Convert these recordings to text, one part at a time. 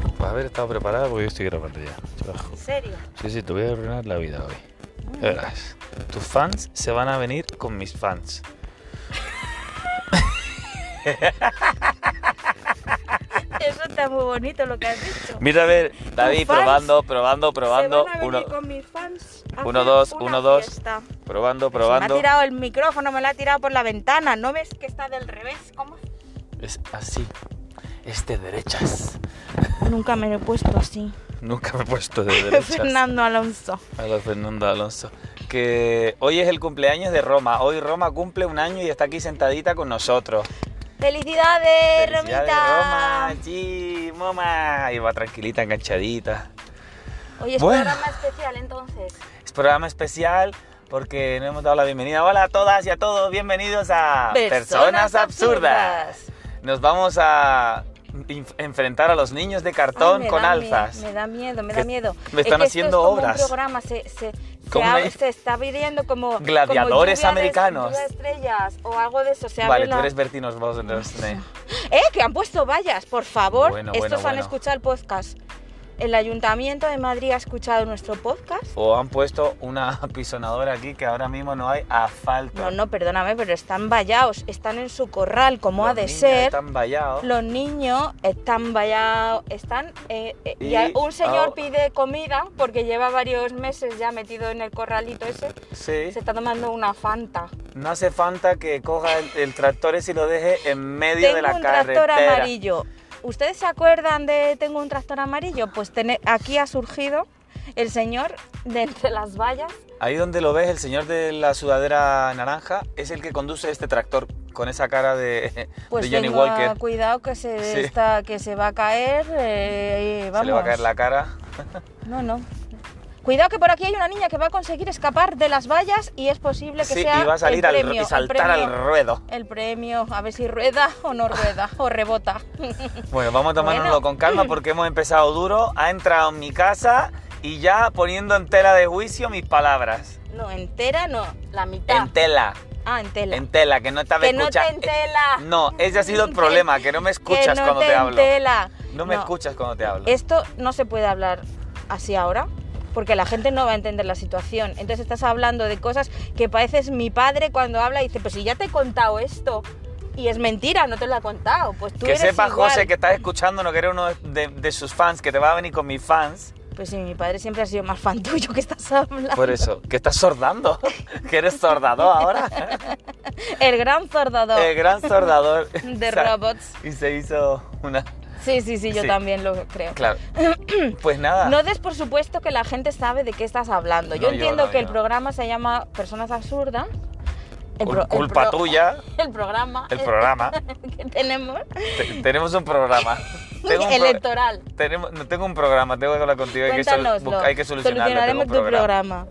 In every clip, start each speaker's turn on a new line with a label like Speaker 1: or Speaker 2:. Speaker 1: Pues,
Speaker 2: haber estado preparada porque yo estoy grabando ya. Te lo juro.
Speaker 3: ¿En serio?
Speaker 2: Sí, sí, te voy a arruinar la vida hoy.
Speaker 3: Mm.
Speaker 2: Ya verás. Tus fans se van a venir con mis fans.
Speaker 3: Eso está muy bonito lo que has dicho.
Speaker 2: Mira, a ver.
Speaker 1: David,
Speaker 3: Tus fans
Speaker 1: probando, probando, probando.
Speaker 3: Se van a venir
Speaker 1: Uno,
Speaker 3: con mis fans a
Speaker 1: uno,
Speaker 3: hacer
Speaker 1: dos,
Speaker 3: una
Speaker 1: uno, dos.
Speaker 3: fiesta.
Speaker 1: probando,
Speaker 3: Se me ha
Speaker 1: probando.
Speaker 3: tirado el micrófono, me lo ha tirado por la ventana. ¿No ves que está del revés? ¿Cómo?
Speaker 1: Es así. Es de derechas.
Speaker 3: Nunca me lo he puesto así.
Speaker 1: Nunca me he puesto de derechas.
Speaker 3: Fernando Alonso.
Speaker 1: A lo Fernando Alonso. Que hoy es el cumpleaños de Roma. Hoy Roma cumple un año y está aquí sentadita con nosotros.
Speaker 3: ¡Felicidades,
Speaker 1: Felicidades,
Speaker 3: Romita!
Speaker 1: Roma, sí, mamá. Y va tranquilita, enganchadita.
Speaker 3: Hoy es
Speaker 1: Bueno.
Speaker 3: programa especial entonces.
Speaker 1: Es programa especial porque nos hemos dado la bienvenida. Hola a todas y a todos, bienvenidos a Ah, Personas Absurdas. Nos vamos a inf- enfrentar a los niños de cartón
Speaker 3: Ay, me
Speaker 1: con
Speaker 3: da
Speaker 1: alzas.
Speaker 3: mie- Me da miedo, me
Speaker 1: Que
Speaker 3: da miedo.
Speaker 1: me están
Speaker 3: es que
Speaker 1: haciendo
Speaker 3: esto es como
Speaker 1: obras.
Speaker 3: Un programa se, se, se,
Speaker 1: Como
Speaker 3: ab-
Speaker 1: una-
Speaker 3: se está viendo como como
Speaker 1: Gladiadores
Speaker 3: lluvia de-
Speaker 1: americanos.
Speaker 3: lluvia de estrellas o algo de eso. Se
Speaker 1: Vale,
Speaker 3: abre la-
Speaker 1: tú eres Bertinos vos. entonces,
Speaker 3: Eh, que han puesto vallas, por favor.
Speaker 1: Bueno,
Speaker 3: Estos
Speaker 1: bueno,
Speaker 3: han
Speaker 1: bueno.
Speaker 3: escuchado el podcast. El Ayuntamiento de Madrid ha escuchado nuestro podcast.
Speaker 1: O han puesto una pisonadora aquí que ahora mismo no hay asfalto.
Speaker 3: No, no, perdóname, pero están vallados, están en su corral, como
Speaker 1: Los
Speaker 3: ha de
Speaker 1: niños
Speaker 3: ser.
Speaker 1: Están vallados.
Speaker 3: Los niños están vallados, están... eh, eh, y
Speaker 1: Y
Speaker 3: a- un señor
Speaker 1: ahora-
Speaker 3: pide comida porque lleva varios meses ya metido en el corralito ese.
Speaker 1: Sí.
Speaker 3: Se está tomando una Fanta.
Speaker 1: No hace falta que coja el, el tractor ese y lo deje en medio
Speaker 3: Tengo
Speaker 1: de la
Speaker 3: un
Speaker 1: carretera.
Speaker 3: tractor amarillo. ¿Ustedes se acuerdan de Tengo un tractor amarillo? Pues tene- aquí ha surgido el señor de entre las vallas.
Speaker 1: Ahí donde lo ves, el señor de la sudadera naranja es el que conduce este tractor con esa cara de,
Speaker 3: Pues
Speaker 1: de Johnny
Speaker 3: tenga
Speaker 1: Walker.
Speaker 3: cuidado que se,
Speaker 1: Sí.
Speaker 3: está, que se va a caer. eh, vamos.
Speaker 1: Se le va a caer la cara.
Speaker 3: No, no. Cuidado que por aquí hay una niña que va a conseguir escapar de las vallas y es posible que
Speaker 1: Sí,
Speaker 3: sea
Speaker 1: y va a salir
Speaker 3: el
Speaker 1: al-
Speaker 3: premio,
Speaker 1: y
Speaker 3: el
Speaker 1: saltar al
Speaker 3: premio.
Speaker 1: ruedo.
Speaker 3: El premio, a ver si rueda o no rueda, o rebota.
Speaker 1: Bueno, vamos a tomárnoslo
Speaker 3: Bueno.
Speaker 1: con calma porque hemos empezado duro, ha entrado en mi casa y ya poniendo en tela de juicio mis palabras.
Speaker 3: No, entera no, la mitad.
Speaker 1: En tela,
Speaker 3: ah, entera.
Speaker 1: en tela, que no estaba
Speaker 3: Que no te
Speaker 1: escuchando.
Speaker 3: entela.
Speaker 1: No, ese ha sido el problema, que no me escuchas
Speaker 3: que no
Speaker 1: cuando te, hablo.
Speaker 3: entela.
Speaker 1: No me escuchas cuando te hablo.
Speaker 3: Esto no se puede hablar así ahora, porque la gente no va a entender la situación. Entonces estás hablando de cosas que pareces mi padre cuando habla y dice, pues si ya te he contado esto. Y es mentira, no te lo he contado. Pues tú
Speaker 1: que
Speaker 3: eres
Speaker 1: sepa
Speaker 3: igual.
Speaker 1: José que estás escuchando, no que eres uno de, de sus fans, que te va a venir con mis fans.
Speaker 3: Pues sí, mi padre siempre ha sido más fan tuyo que estás hablando.
Speaker 1: Por eso, que estás sordando, que eres sordador ahora.
Speaker 3: El gran zordador
Speaker 1: El gran sordador.
Speaker 3: de
Speaker 1: Pues- Eh, O sea,
Speaker 3: robots.
Speaker 1: Y se hizo una...
Speaker 3: Sí, sí, sí, yo
Speaker 1: sí.
Speaker 3: también lo creo.
Speaker 1: Claro. Pues nada.
Speaker 3: No des por supuesto que la gente sabe de qué estás hablando. Yo
Speaker 1: No, yo
Speaker 3: entiendo
Speaker 1: no,
Speaker 3: que
Speaker 1: yo
Speaker 3: el
Speaker 1: no.
Speaker 3: programa se llama Personas Absurdas. El
Speaker 1: Cul-
Speaker 3: pro- el
Speaker 1: culpa
Speaker 3: pro-
Speaker 1: tuya,
Speaker 3: El programa
Speaker 1: el programa.
Speaker 3: que tenemos.
Speaker 1: Te- tenemos un programa. Tengo un pro-
Speaker 3: Electoral.
Speaker 1: tenemos- no tengo un programa, tengo que hablar contigo. Hay que, sol-
Speaker 3: Cuéntanoslo.
Speaker 1: busca- hay que solucionarlo. Tengo
Speaker 3: Solucionaremos
Speaker 1: un
Speaker 3: tu programa.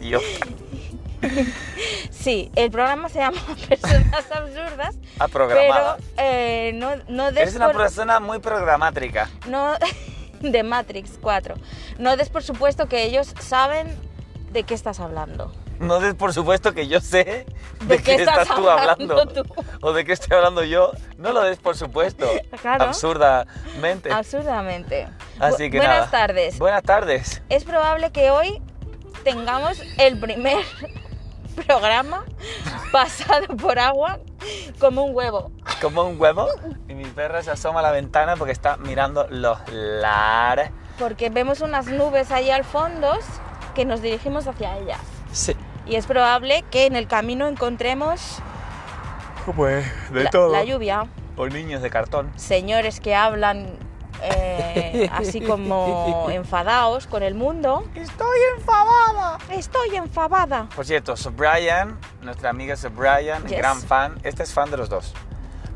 Speaker 1: Dios.
Speaker 3: Sí, el programa se llama Personas Absurdas.
Speaker 1: Ah, programada.
Speaker 3: Pero eh, no, no des
Speaker 1: Eres una
Speaker 3: por-
Speaker 1: persona muy programátrica.
Speaker 3: no de Matrix 4. No des por supuesto que ellos saben de qué estás hablando.
Speaker 1: No des por supuesto que yo sé
Speaker 3: ¿De
Speaker 1: de,
Speaker 3: qué estás
Speaker 1: tú hablando.
Speaker 3: hablando tú?
Speaker 1: O de qué estoy hablando yo. No lo des por supuesto.
Speaker 3: Claro.
Speaker 1: Absurdamente.
Speaker 3: Absurdamente.
Speaker 1: Así
Speaker 3: Bu-
Speaker 1: que nada.
Speaker 3: Buenas tardes.
Speaker 1: Buenas tardes.
Speaker 3: Es probable que hoy tengamos el primer programa pasado por agua como un huevo.
Speaker 1: Como un huevo. Y mi perra se asoma a la ventana porque está mirando los lares.
Speaker 3: porque vemos unas nubes ahí al fondo que nos dirigimos hacia ellas.
Speaker 1: Sí.
Speaker 3: Y es probable que en el camino encontremos
Speaker 1: Pues de
Speaker 3: la, la lluvia,
Speaker 1: O niños de cartón.
Speaker 3: señores que hablan eh, así como enfadados con el mundo.
Speaker 1: Estoy enfadada.
Speaker 3: Estoy enfadada.
Speaker 1: Por cierto, Sir Brian, nuestra amiga Sir Brian,
Speaker 3: Yes.
Speaker 1: gran fan. Este es fan de los dos.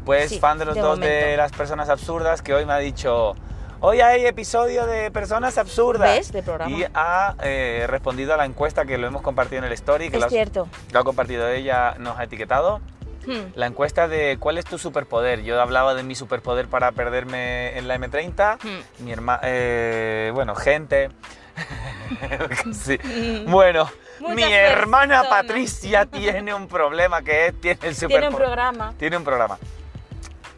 Speaker 1: Pues
Speaker 3: Sí,
Speaker 1: fan de los
Speaker 3: de
Speaker 1: dos de
Speaker 3: momento.
Speaker 1: las personas absurdas que hoy me ha dicho. Hoy hay episodio de personas absurdas.
Speaker 3: ¿Ves? De programa.
Speaker 1: Y ha eh, respondido a la encuesta que lo hemos compartido en el story, que
Speaker 3: Es
Speaker 1: lo, has-
Speaker 3: cierto.
Speaker 1: lo ha compartido ella, nos ha etiquetado.
Speaker 3: Hmm.
Speaker 1: La encuesta de cuál es tu superpoder. Yo hablaba de mi superpoder para perderme en la M30.
Speaker 3: Hmm.
Speaker 1: Mi hermana, bueno, gente. Sí.
Speaker 3: Mm.
Speaker 1: Bueno,
Speaker 3: Muchas
Speaker 1: mi hermana
Speaker 3: personas.
Speaker 1: Patricia tiene un problema que es, tiene el
Speaker 3: Tiene un
Speaker 1: superpo-
Speaker 3: programa.
Speaker 1: Tiene un programa.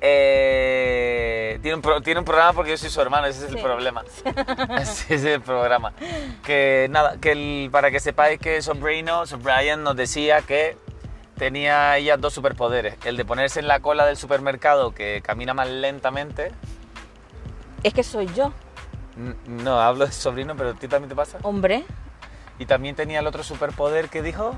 Speaker 1: Eh, tiene, un pro- tiene un programa porque yo soy su hermano, ese es el
Speaker 3: Sí.
Speaker 1: problema. ese es el programa. Que nada, que el- para que sepáis que Sobrino, Sobrian nos decía que tenía ella dos superpoderes. El de ponerse en la cola del supermercado que camina más lentamente.
Speaker 3: Es que soy yo,
Speaker 1: N- No, hablo de sobrino, pero a ti también te pasa.
Speaker 3: hombre.
Speaker 1: Y también tenía el otro superpoder que dijo.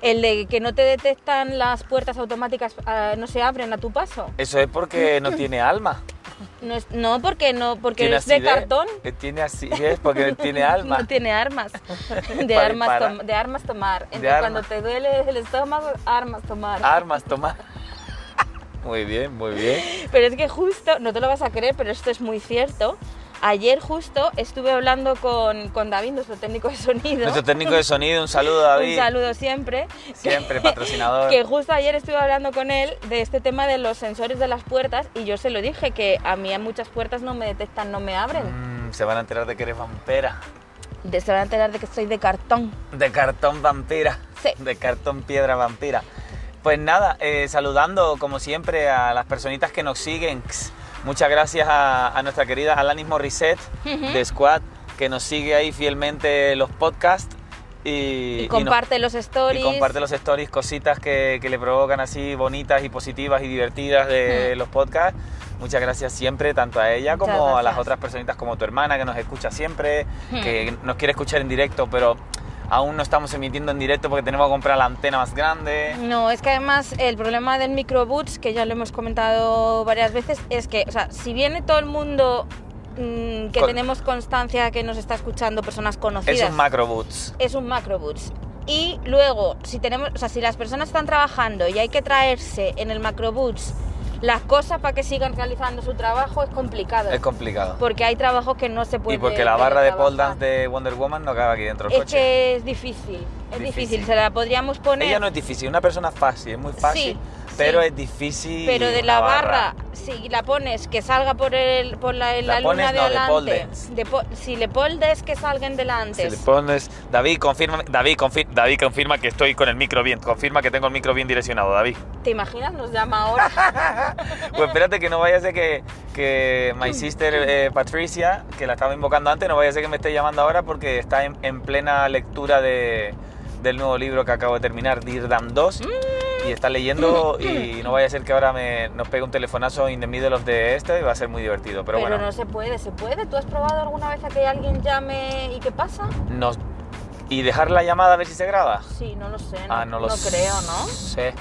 Speaker 3: El de que no te detectan las puertas automáticas, ah, no se abren a tu paso.
Speaker 1: Eso es porque no tiene alma.
Speaker 3: No, es- no, porque no, porque
Speaker 1: Tiene
Speaker 3: es de
Speaker 1: acidez.
Speaker 3: cartón.
Speaker 1: Eh, Tiene así, es porque tiene alma.
Speaker 3: No tiene armas. De,
Speaker 1: Para
Speaker 3: armas,
Speaker 1: disparar.
Speaker 3: tom- de armas tomar. Entonces, cuando
Speaker 1: armas. Ah.
Speaker 3: te duele el estómago, armas tomar.
Speaker 1: Armas, tomar. Muy bien, muy bien.
Speaker 3: Pero es que justo, no te lo vas a creer, pero esto es muy cierto. Ayer justo estuve hablando con, con David, nuestro técnico de sonido.
Speaker 1: Nuestro técnico de sonido, un saludo David.
Speaker 3: Un saludo siempre.
Speaker 1: Siempre patrocinador.
Speaker 3: Que justo ayer estuve hablando con él de este tema de los sensores de las puertas y yo se lo dije que a mí en muchas puertas no me detectan, no me abren.
Speaker 1: Mm, se van a enterar de que eres vampira.
Speaker 3: De- Se van a enterar de que soy de cartón.
Speaker 1: De cartón vampira.
Speaker 3: Sí.
Speaker 1: De cartón piedra vampira. Pues nada, eh, saludando como siempre a las personitas que nos siguen. X. Muchas gracias a, a nuestra querida Alanis Morissette
Speaker 3: ¿Mm?
Speaker 1: de Squad que nos sigue ahí fielmente los podcasts y,
Speaker 3: Y,
Speaker 1: y nos-
Speaker 3: comparte los stories.
Speaker 1: Y comparte los stories, cositas que, que le provocan así bonitas y positivas y divertidas de
Speaker 3: Mm.
Speaker 1: los podcasts. Muchas gracias siempre, tanto a ella
Speaker 3: Muchas
Speaker 1: como a las
Speaker 3: gracias.
Speaker 1: otras personitas como tu hermana que nos escucha siempre,
Speaker 3: Mm.
Speaker 1: que nos quiere escuchar en directo, pero aún no estamos emitiendo en directo porque tenemos que comprar la antena más grande.
Speaker 3: Mm, No, es que además el problema del microboots, que ya lo hemos comentado varias veces, es que, o sea, si viene todo el mundo mm, que
Speaker 1: Con-
Speaker 3: tenemos constancia que nos está escuchando personas conocidas,
Speaker 1: Es un macro boots.
Speaker 3: es un macroboots. Y luego, si tenemos, o sea, si las personas están trabajando y hay que traerse en el macroboots las cosas para que sigan realizando su trabajo, es complicado.
Speaker 1: Es complicado.
Speaker 3: porque hay trabajos que no se
Speaker 1: Y
Speaker 3: pueden.
Speaker 1: porque la barra de pole
Speaker 3: teletrabajar.
Speaker 1: dance de Wonder Woman no cabe aquí dentro del
Speaker 3: Es
Speaker 1: coche.
Speaker 3: que es difícil, es difícil.
Speaker 1: Difícil.
Speaker 3: Se la podríamos poner.
Speaker 1: Ella no es difícil, es una persona fácil, es muy fácil,
Speaker 3: sí.
Speaker 1: pero es difícil.
Speaker 3: Pero de
Speaker 1: una
Speaker 3: la barra, si la pones que salga por, el, por la, la
Speaker 1: La pones,
Speaker 3: luna de
Speaker 1: no, de pole
Speaker 3: adelante,
Speaker 1: dance.
Speaker 3: de po- si le poldes que salgan delante,
Speaker 1: Si le pones. David, confirma, David, confir- David, confirma que estoy con el micro bien. Confirma que tengo el micro bien direccionado, David.
Speaker 3: ¿te imaginas? Nos llama ahora.
Speaker 1: Pues espérate que no vaya a ser que, que my sister eh, Patricia, que la estaba invocando antes, no vaya a ser que me esté llamando ahora porque está en, en plena lectura de, del nuevo libro que acabo de terminar, Dear Dam 2. Y está leyendo y no vaya a ser que ahora me, nos pegue un telefonazo in the middle of the este y va a ser muy divertido. Pero,
Speaker 3: Pero,
Speaker 1: bueno,
Speaker 3: no se puede, se puede. ¿Tú has probado alguna vez a que alguien llame y qué pasa?
Speaker 1: nos- ¿y dejar la llamada a ver si se graba?
Speaker 3: Sí, no lo sé. No,
Speaker 1: Ah, no lo
Speaker 3: creo, ¿no?
Speaker 1: sé.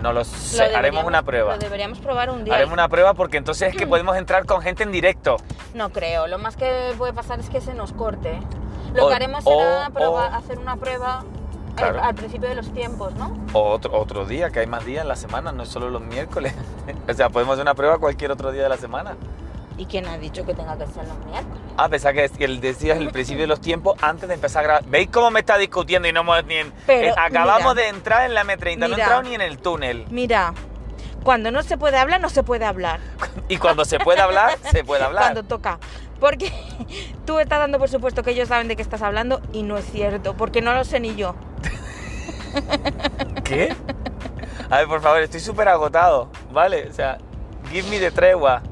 Speaker 1: No lo
Speaker 3: Lo
Speaker 1: sé. Haremos
Speaker 3: deberíamos-
Speaker 1: una prueba.
Speaker 3: Lo deberíamos probar un día.
Speaker 1: Haremos una prueba porque entonces es que podemos entrar con gente en directo.
Speaker 3: No creo. Lo más que puede pasar es que se nos corte. Lo
Speaker 1: O-
Speaker 3: que haremos será
Speaker 1: o-
Speaker 3: proba-
Speaker 1: o-
Speaker 3: hacer una prueba al-
Speaker 1: Claro.
Speaker 3: al principio de los tiempos, ¿no?
Speaker 1: O otro, otro día, que hay más días en la semana, no es solo los miércoles. o sea, podemos hacer una prueba cualquier otro día de la semana.
Speaker 3: ¿Y quién ha dicho que tenga que ser los miércoles?
Speaker 1: Ah, pensaba que el decías el principio de los tiempos antes de empezar a grabar. ¿Veis cómo me está discutiendo y no hemos ni en-
Speaker 3: Pero,
Speaker 1: eh, acabamos
Speaker 3: mira.
Speaker 1: de entrar en la M30, no he
Speaker 3: Mira.
Speaker 1: entrado ni en el túnel.
Speaker 3: Mira, cuando no se puede hablar, no se puede hablar.
Speaker 1: Y cuando se puede hablar, se puede hablar.
Speaker 3: Cuando toca. Porque tú estás dando por supuesto que ellos saben de qué estás hablando y no es cierto, porque no lo sé ni yo.
Speaker 1: ¿Qué? A ver, por favor, estoy súper agotado, ¿vale? O sea, give me de tregua.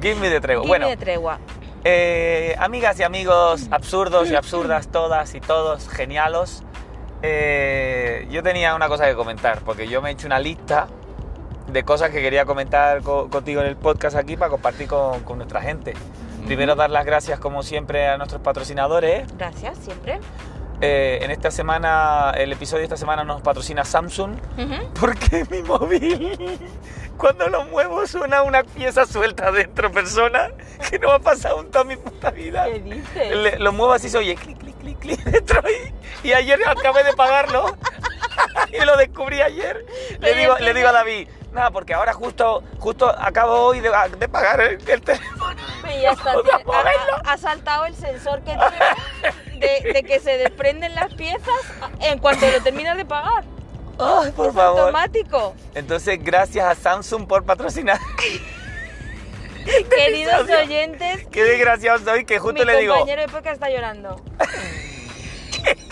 Speaker 1: Give me de tregua.
Speaker 3: Dime
Speaker 1: bueno,
Speaker 3: de tregua.
Speaker 1: eh, amigas y amigos, absurdos y absurdas, todas y todos, genialos. eh, yo tenía una cosa que comentar, porque yo me he hecho una lista de cosas que quería comentar co- contigo en el podcast aquí para compartir con, con nuestra gente. Primero dar las gracias como siempre a nuestros patrocinadores.
Speaker 3: Gracias, siempre.
Speaker 1: Eh, en esta semana, el episodio de esta semana nos patrocina Samsung.
Speaker 3: Ujú.
Speaker 1: Porque mi móvil, cuando lo muevo, suena una pieza suelta dentro, persona, que no me ha pasado en toda mi puta vida.
Speaker 3: ¿Qué dices?
Speaker 1: Le- lo muevo así, se oye clic, clic, clic, clic dentro. Y, y ayer acabé de pagarlo. y lo descubrí ayer. Le
Speaker 3: Pero
Speaker 1: digo,
Speaker 3: es que
Speaker 1: le digo a David, nada, porque ahora justo, justo acabo hoy de, de pagar el, el teléfono.
Speaker 3: Pero ya está,
Speaker 1: No
Speaker 3: tiene-
Speaker 1: puedo moverlo.
Speaker 3: ha, ha saltado el sensor que tiene de, de que se desprenden las piezas en cuanto lo terminas de pagar.
Speaker 1: Ay, por
Speaker 3: es
Speaker 1: favor.
Speaker 3: automático.
Speaker 1: Entonces, gracias a Samsung por patrocinar.
Speaker 3: Queridos
Speaker 1: episodio.
Speaker 3: oyentes,
Speaker 1: Qué desgraciado soy que justo
Speaker 3: mi
Speaker 1: le digo.
Speaker 3: compañero de podcast está llorando.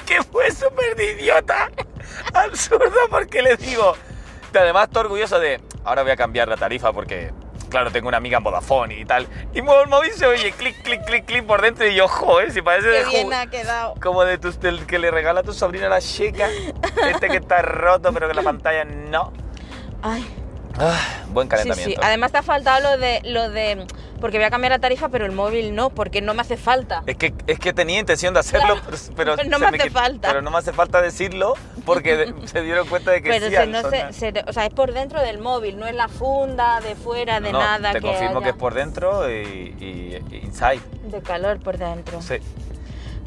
Speaker 1: que fue súper de idiota, absurdo, porque les digo, además estoy orgulloso de, ahora voy a cambiar la tarifa porque, claro, tengo una amiga en Vodafone y tal. Y muevo el móvil se oye clic, clic, clic, clic por dentro y yo, joder, si parece
Speaker 3: Qué
Speaker 1: de
Speaker 3: bien
Speaker 1: ju-
Speaker 3: ha quedado.
Speaker 1: Como de tus, del que le regala a tu sobrina la chica. Este que está roto, pero que la pantalla no.
Speaker 3: Ay,
Speaker 1: Ah, buen
Speaker 3: sí, sí.
Speaker 1: calentamiento.
Speaker 3: Además te ha faltado lo de, lo de... Porque voy a cambiar la tarifa, pero el móvil no, porque no me hace falta.
Speaker 1: Es que, es que tenía intención de hacerlo, pero- pero,
Speaker 3: pero no
Speaker 1: se
Speaker 3: me hace
Speaker 1: quit-
Speaker 3: falta.
Speaker 1: Pero no me hace falta decirlo porque de- se dieron cuenta de que
Speaker 3: Pero
Speaker 1: sí.
Speaker 3: se,
Speaker 1: al
Speaker 3: no se,
Speaker 1: sonar.
Speaker 3: se te- o sea, es por dentro del móvil, no es la funda de fuera, de
Speaker 1: No,
Speaker 3: nada.
Speaker 1: Te
Speaker 3: que
Speaker 1: confirmo que
Speaker 3: haya
Speaker 1: es por dentro y, y- y inside.
Speaker 3: De calor por dentro.
Speaker 1: Sí.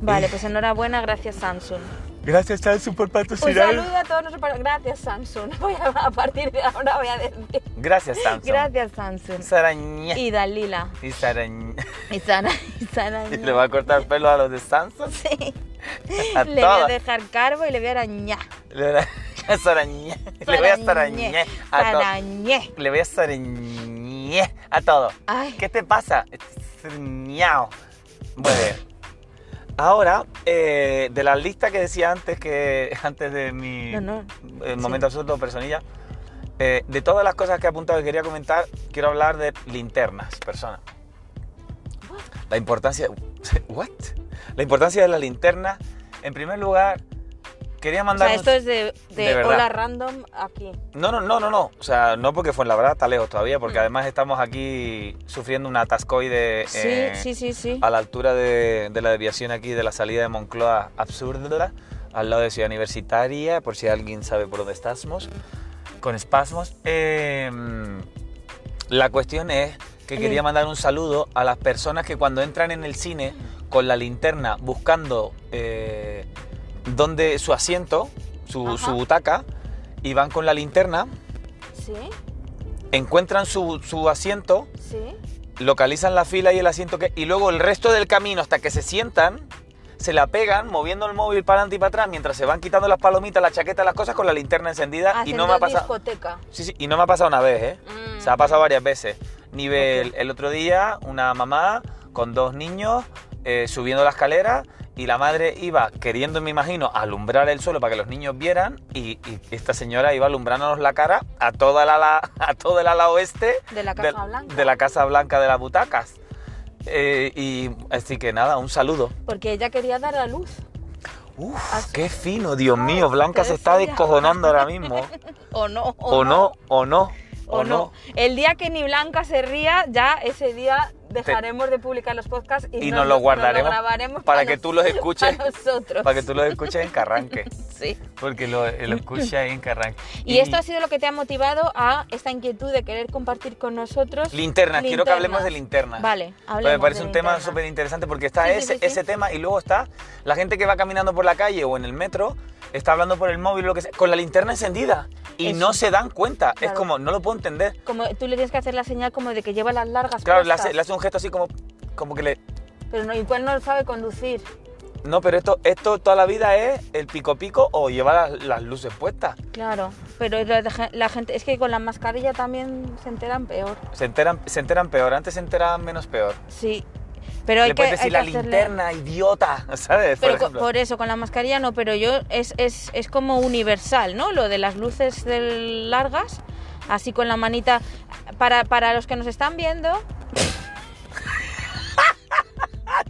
Speaker 3: Vale, pues enhorabuena, gracias Samsung.
Speaker 1: Gracias, Samsung, por
Speaker 3: Un
Speaker 1: patrocinar.
Speaker 3: saludo a todos nuestros... par- Gracias Samsung. Voy a, a partir de ahora voy a decir...
Speaker 1: Gracias, Samsung.
Speaker 3: Gracias Samsung.
Speaker 1: Saraña.
Speaker 3: Y Dalila.
Speaker 1: Y Saraña.
Speaker 3: Y Sana. Y Sana.
Speaker 1: Le va a cortar pelo a los de Samsung.
Speaker 3: Sí.
Speaker 1: A
Speaker 3: Le voy a
Speaker 1: todas.
Speaker 3: dejar cargo y le voy a arañar.
Speaker 1: Le voy a Saraña. Le voy a Saraña. A todo.
Speaker 3: Arañé.
Speaker 1: Le voy a Saraña. A todo.
Speaker 3: Ay,
Speaker 1: ¿Qué te pasa? Este Ñao. Bueno, ahora, eh, de la lista que decía antes que antes de mi
Speaker 3: no, no.
Speaker 1: eh, momento absurdo personilla, eh, de todas las cosas que he apuntado y quería comentar, quiero hablar de linternas, persona. La importancia... ¿What? La importancia de las linternas. En primer lugar, quería
Speaker 3: O
Speaker 1: mandar...
Speaker 3: sea,
Speaker 1: un-
Speaker 3: esto es de, de,
Speaker 1: De verdad.
Speaker 3: hola random aquí.
Speaker 1: No, no, no, no, no. O sea, no porque fue en la verdad, está lejos todavía, porque
Speaker 3: Mm.
Speaker 1: además estamos aquí sufriendo un atascoide...
Speaker 3: Sí,
Speaker 1: eh,
Speaker 3: sí, sí, sí.
Speaker 1: a la altura de, de la desviación aquí de la salida de Moncloa absurda, al lado de Ciudad Universitaria, por si alguien sabe por dónde estamos, con espasmos. Eh, la cuestión es que
Speaker 3: Sí.
Speaker 1: quería mandar un saludo a las personas que cuando entran en el cine con la linterna buscando eh, dónde su asiento, su,
Speaker 3: Ajá.
Speaker 1: su butaca, y van con la linterna,
Speaker 3: Sí,
Speaker 1: encuentran su, su asiento
Speaker 3: sí.
Speaker 1: localizan la fila y el asiento que y luego el resto del camino hasta que se sientan se la pegan moviendo el móvil para adelante y para atrás mientras se van quitando las palomitas, la chaqueta, las cosas con la linterna encendida y
Speaker 3: Haciendo
Speaker 1: no me ha pasado
Speaker 3: discoteca.
Speaker 1: sí, sí, y no me ha pasado una vez, ¿eh?
Speaker 3: Mm.
Speaker 1: Se ha pasado varias veces. Nivel el otro día una mamá con dos niños eh, subiendo la escalera y la madre iba queriendo, me imagino, alumbrar el suelo para que los niños vieran y, y esta señora iba alumbrándonos la cara a toda la, la- a todo el ala oeste
Speaker 3: De la Casa Blanca.
Speaker 1: de la Casa Blanca de las Butacas. Eh, y así que nada, un saludo.
Speaker 3: Porque ella quería dar a luz.
Speaker 1: Uf,
Speaker 3: Así-
Speaker 1: qué fino, Dios mío, Blanca
Speaker 3: qué
Speaker 1: se está
Speaker 3: fina.
Speaker 1: descojonando ahora mismo.
Speaker 3: O no.
Speaker 1: O no, o no,
Speaker 3: O no. El día que ni Blanca se ría, ya ese día dejaremos de publicar los podcasts y,
Speaker 1: Y nos lo guardaremos
Speaker 3: grabaremos
Speaker 1: para
Speaker 3: pa
Speaker 1: que
Speaker 3: nos-
Speaker 1: tú los escuches.
Speaker 3: pa nosotros.
Speaker 1: Para que tú lo escuches en Carranque.
Speaker 3: Sí.
Speaker 1: Porque lo, lo escucha ahí en Carranque.
Speaker 3: Y esto ha sido lo que te ha motivado a esta inquietud de querer compartir con nosotros.
Speaker 1: Linternas, quiero que hablemos de linternas.
Speaker 3: Vale, hablemos
Speaker 1: Pero Pues me parece
Speaker 3: de
Speaker 1: un tema
Speaker 3: linternas.
Speaker 1: súper interesante porque está
Speaker 3: Sí, sí,
Speaker 1: ese,
Speaker 3: sí, sí.
Speaker 1: ese tema y luego está la gente que va caminando por la calle o en el metro, está hablando por el móvil, lo que sea, con la linterna encendida y
Speaker 3: Eso.
Speaker 1: no se dan cuenta. Es
Speaker 3: Claro.
Speaker 1: como, no lo puedo entender.
Speaker 3: Como tú le tienes que hacer la señal como de que lleva las largas
Speaker 1: Claro, le
Speaker 3: puestas,
Speaker 1: hace, le hace un gesto así como, como que le...
Speaker 3: pero no, igual no sabe conducir.
Speaker 1: No, pero esto, esto toda la vida es el pico pico o llevar las, las luces puestas.
Speaker 3: Claro, pero la, la gente es que con la mascarilla también se enteran peor.
Speaker 1: Se enteran, se enteran peor, antes se enteraban menos peor.
Speaker 3: Sí, pero hay
Speaker 1: le
Speaker 3: que,
Speaker 1: puedes
Speaker 3: hay
Speaker 1: decir
Speaker 3: que
Speaker 1: la
Speaker 3: hacerle-
Speaker 1: linterna, idiota, ¿sabes?
Speaker 3: Pero
Speaker 1: por
Speaker 3: co-
Speaker 1: ejemplo.
Speaker 3: por eso, con la mascarilla no, pero yo es, es, es como universal, ¿no? Lo de las luces del- largas, así con la manita. Para, para los que nos están viendo,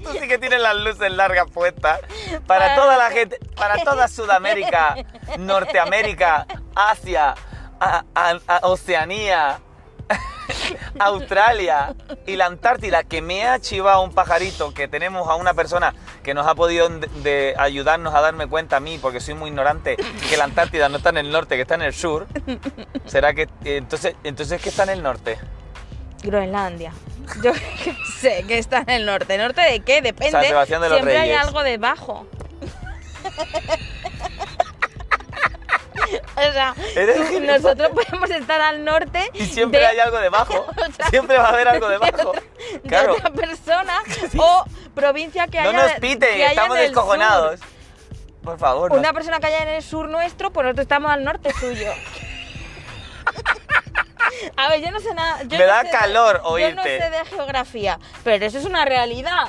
Speaker 1: Tú sí que tienes las luces largas puestas. Para
Speaker 3: Para
Speaker 1: toda
Speaker 3: lo
Speaker 1: la
Speaker 3: que-
Speaker 1: gente, para toda Sudamérica, Norteamérica, Asia, a- a- a- Oceanía, Australia y la Antártida, que me ha chivado un pajarito, que tenemos a una persona que nos ha podido de- de ayudarnos a darme cuenta a mí, porque soy muy ignorante, que la Antártida no está en el norte, que está en el sur. ¿Será que eh, entonces, entonces qué está en el norte?
Speaker 3: Groenlandia. Yo qué sé que está en el norte. ¿Norte de qué? Depende.
Speaker 1: San Sebastián de los
Speaker 3: Siempre hay
Speaker 1: Reyes.
Speaker 3: algo debajo. o sea,
Speaker 1: Eres
Speaker 3: tú-
Speaker 1: gilipollas.
Speaker 3: nosotros podemos estar al norte
Speaker 1: Y siempre
Speaker 3: de,
Speaker 1: hay algo debajo. Siempre va a haber algo debajo.
Speaker 3: de
Speaker 1: Claro.
Speaker 3: otra persona o provincia que
Speaker 1: No
Speaker 3: haya
Speaker 1: nos
Speaker 3: de-
Speaker 1: piten,
Speaker 3: que haya
Speaker 1: estamos
Speaker 3: en el
Speaker 1: descojonados.
Speaker 3: sur.
Speaker 1: Por favor, no.
Speaker 3: Una persona que haya en el sur nuestro, pues nosotros estamos al norte suyo. A ver, yo no sé nada. yo
Speaker 1: Me
Speaker 3: no
Speaker 1: da
Speaker 3: sé de-
Speaker 1: calor
Speaker 3: Yo no
Speaker 1: oírte.
Speaker 3: sé de geografía, pero eso es una realidad.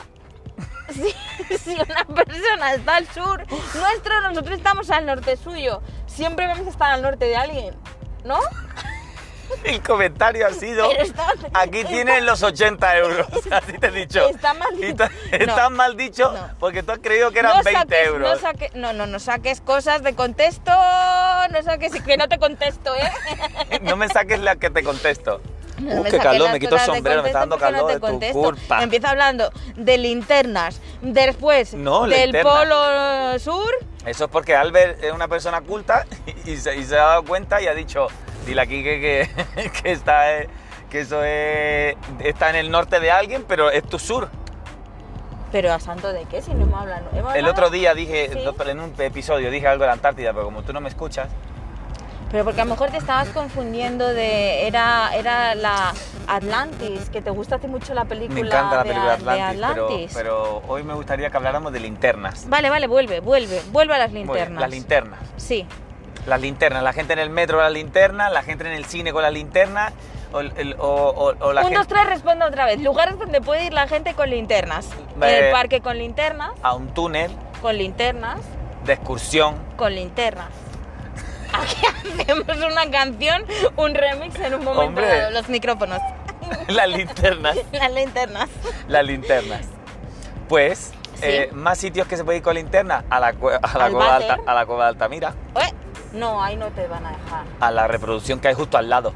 Speaker 3: Si, si una persona está al sur nuestro, nosotros estamos al norte suyo. Siempre vamos a estar al norte de alguien, ¿no?
Speaker 1: El comentario ha sido,
Speaker 3: Pero está-
Speaker 1: aquí tienes los 80 euros, así te he dicho.
Speaker 3: Está mal-
Speaker 1: Y ta-
Speaker 3: no.
Speaker 1: está mal dicho
Speaker 3: No.
Speaker 1: porque tú has creído que eran
Speaker 3: no
Speaker 1: 20
Speaker 3: saques,
Speaker 1: euros.
Speaker 3: No, saque- no, no, no saques cosas de contexto. No saques que no te contesto, ¿eh?
Speaker 1: No me saques la que te contesto.
Speaker 3: No
Speaker 1: Uh,
Speaker 3: me
Speaker 1: qué
Speaker 3: saques
Speaker 1: calor,
Speaker 3: las
Speaker 1: me quito el
Speaker 3: cosas de
Speaker 1: sombrero, me está dando
Speaker 3: contexto porque
Speaker 1: calor
Speaker 3: no te
Speaker 1: de tu
Speaker 3: contesto.
Speaker 1: culpa.
Speaker 3: Empieza hablando de linternas, después
Speaker 1: No,
Speaker 3: del
Speaker 1: linterna.
Speaker 3: polo sur.
Speaker 1: Eso es porque Albert es una persona culta y, y se, y se ha dado cuenta y ha dicho, dile aquí que, que, que está, eh, que eso es, está en el norte de alguien, pero es tu sur.
Speaker 3: Pero a santo de qué si no me hablan. ¿Hemos
Speaker 1: El
Speaker 3: hablado?
Speaker 1: otro día dije,
Speaker 3: Sí.
Speaker 1: en un episodio dije algo de la Antártida, pero como tú no me escuchas,
Speaker 3: Pero porque a lo mejor te estabas confundiendo de. Era, era la Atlantis, que te gusta a ti mucho la película.
Speaker 1: me encanta la
Speaker 3: de
Speaker 1: película
Speaker 3: A- de
Speaker 1: Atlantis, pero-
Speaker 3: Atlantis.
Speaker 1: Pero, hoy me gustaría que habláramos de linternas.
Speaker 3: Vale, vale, vuelve, vuelve. Vuelve a las
Speaker 1: Muy bien,
Speaker 3: linternas.
Speaker 1: las linternas.
Speaker 3: Sí.
Speaker 1: Las linternas, la gente en el metro con las linternas, la gente en el cine con las linternas, o, el- o- o- o la
Speaker 3: Un, dos,
Speaker 1: gente
Speaker 3: tres, responda otra vez. Lugares donde puede ir la gente con linternas.
Speaker 1: Eh,
Speaker 3: El parque con linternas,
Speaker 1: a un túnel
Speaker 3: con linternas,
Speaker 1: de excursión.
Speaker 3: con linternas. Aquí hacemos una canción, un remix en un momento
Speaker 1: Hombre.
Speaker 3: dado. Los micrófonos,
Speaker 1: las linternas.
Speaker 3: las linternas.
Speaker 1: Las linternas. Pues,
Speaker 3: Sí.
Speaker 1: eh, más sitios que se puede ir con linterna, a la, cue- a la
Speaker 3: Al
Speaker 1: cueva de
Speaker 3: váter.
Speaker 1: Alta- a la cueva de Altamira,
Speaker 3: Ué, No, ahí no te van a dejar.
Speaker 1: a la reproducción que hay justo al lado.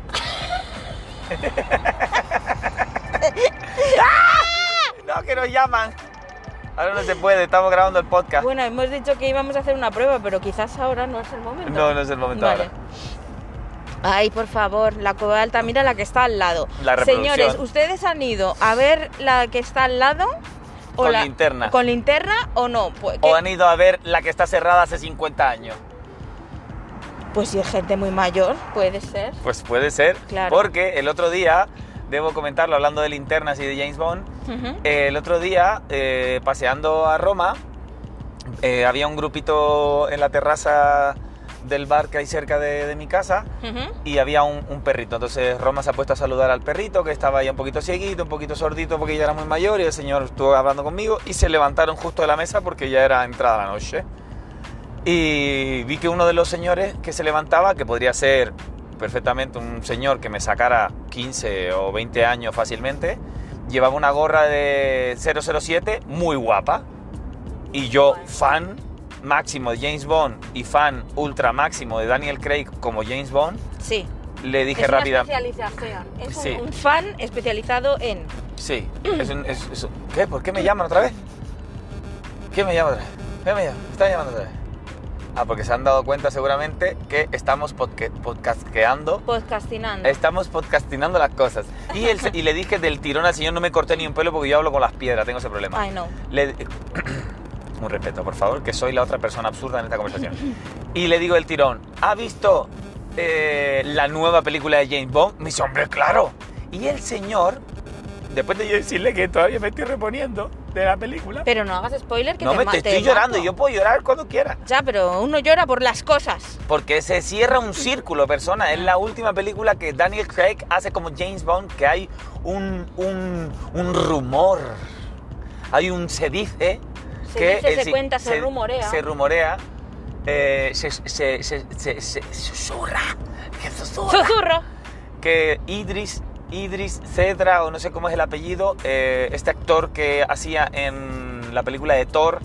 Speaker 1: no, que nos llaman. Ahora no se puede, estamos grabando el podcast.
Speaker 3: Bueno, hemos dicho que íbamos a hacer una prueba, pero quizás ahora no es el momento.
Speaker 1: No, no es el momento
Speaker 3: Vale.
Speaker 1: ahora.
Speaker 3: Ay, por favor, la cueva de Altamira, la que está al lado.
Speaker 1: La reproducción.
Speaker 3: Señores, ¿ustedes han ido a ver la que está al lado?
Speaker 1: Con
Speaker 3: la-
Speaker 1: linterna.
Speaker 3: ¿Con linterna o no? Pues,
Speaker 1: O
Speaker 3: que-
Speaker 1: han ido a ver la que está cerrada hace 50 años.
Speaker 3: pues si es gente muy mayor, puede ser.
Speaker 1: Pues puede ser,
Speaker 3: Claro.
Speaker 1: porque el otro día, debo comentarlo hablando de linternas y de James Bond,
Speaker 3: Ujú.
Speaker 1: Eh, el otro día, eh, paseando a Roma, eh, había un grupito en la terraza del bar que hay cerca de, de mi casa
Speaker 3: Ujú.
Speaker 1: y había un, un perrito. Entonces Roma se ha puesto a saludar al perrito que estaba ya un poquito cieguito, un poquito sordito porque ya era muy mayor y el señor estuvo hablando conmigo y se levantaron justo de la mesa porque ya era entrada la noche. Y vi que uno de los señores que se levantaba, que podría ser perfectamente un señor que me sacara 15 o 20 años fácilmente, llevaba una gorra de 007 muy guapa. Y yo, fan máximo de James Bond y fan ultra máximo de Daniel Craig como James Bond,
Speaker 3: Sí.
Speaker 1: le dije
Speaker 3: es una
Speaker 1: rápida.
Speaker 3: especialización. Es un-
Speaker 1: Sí.
Speaker 3: un, fan especializado en.
Speaker 1: Sí. es un- es- es un- ¿Qué? ¿Por qué me llaman otra vez? ¿Quién me llama otra vez? ¿Qué me llama? Me están llamando otra vez. Ah, porque se han dado cuenta seguramente que estamos podque- podcastqueando.
Speaker 3: Podcastinando.
Speaker 1: Estamos podcastinando las cosas. Y, el se- y le dije del tirón al señor, no me corté ni un pelo porque yo hablo con las piedras, tengo ese problema.
Speaker 3: Ay, no.
Speaker 1: Le- un respeto, por favor, que soy la otra persona absurda en esta conversación. Y le digo el tirón, ¿ha visto eh, la nueva película de James Bond? Me dice, hombre, claro. Y el señor, después de yo decirle que todavía me estoy reponiendo de la película,
Speaker 3: Pero no hagas spoiler que
Speaker 1: no
Speaker 3: te
Speaker 1: me
Speaker 3: ma-
Speaker 1: te
Speaker 3: te
Speaker 1: estoy llorando,
Speaker 3: mato.
Speaker 1: yo puedo llorar cuando quiera.
Speaker 3: Ya, pero uno llora por las cosas.
Speaker 1: Porque se cierra un círculo, persona. Es la última película que Daniel Craig hace como James Bond, que hay un, un, un rumor. Hay un se dice
Speaker 3: Se
Speaker 1: que
Speaker 3: dice,
Speaker 1: el
Speaker 3: se
Speaker 1: si-
Speaker 3: cuenta, se rumorea.
Speaker 1: Se rumorea. eh, se, se, se- se- se- susurra. Que susurra.
Speaker 3: Susurro.
Speaker 1: Que Idris, Idris Cedra, o no sé cómo es el apellido, eh, este actor que hacía en la película de Thor.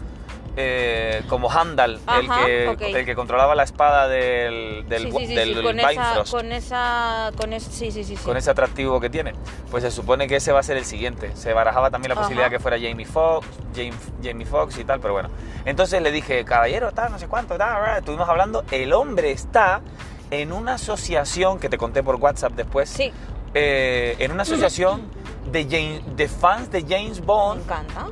Speaker 1: eh, como Handal, el,
Speaker 3: Ajá,
Speaker 1: que,
Speaker 3: ok.
Speaker 1: el que controlaba la espada del, del,
Speaker 3: Sí,
Speaker 1: wa-
Speaker 3: sí, sí,
Speaker 1: del
Speaker 3: sí, con esa,
Speaker 1: Bifrost,
Speaker 3: con esa, con esa, sí, sí, sí, sí.
Speaker 1: con ese atractivo que tiene. Pues se supone que ese va a ser el siguiente. Se barajaba también la
Speaker 3: Ajá.
Speaker 1: posibilidad que fuera Jamie Foxx, Jamie, Jamie Foxx y tal, pero bueno. Entonces le dije, caballero, tal, no sé cuánto, tal, bla, estuvimos hablando. El hombre está en una asociación, que te conté por WhatsApp después,
Speaker 3: Sí,
Speaker 1: eh, en una asociación de, James- de fans de James
Speaker 3: me
Speaker 1: Bond
Speaker 3: encanta.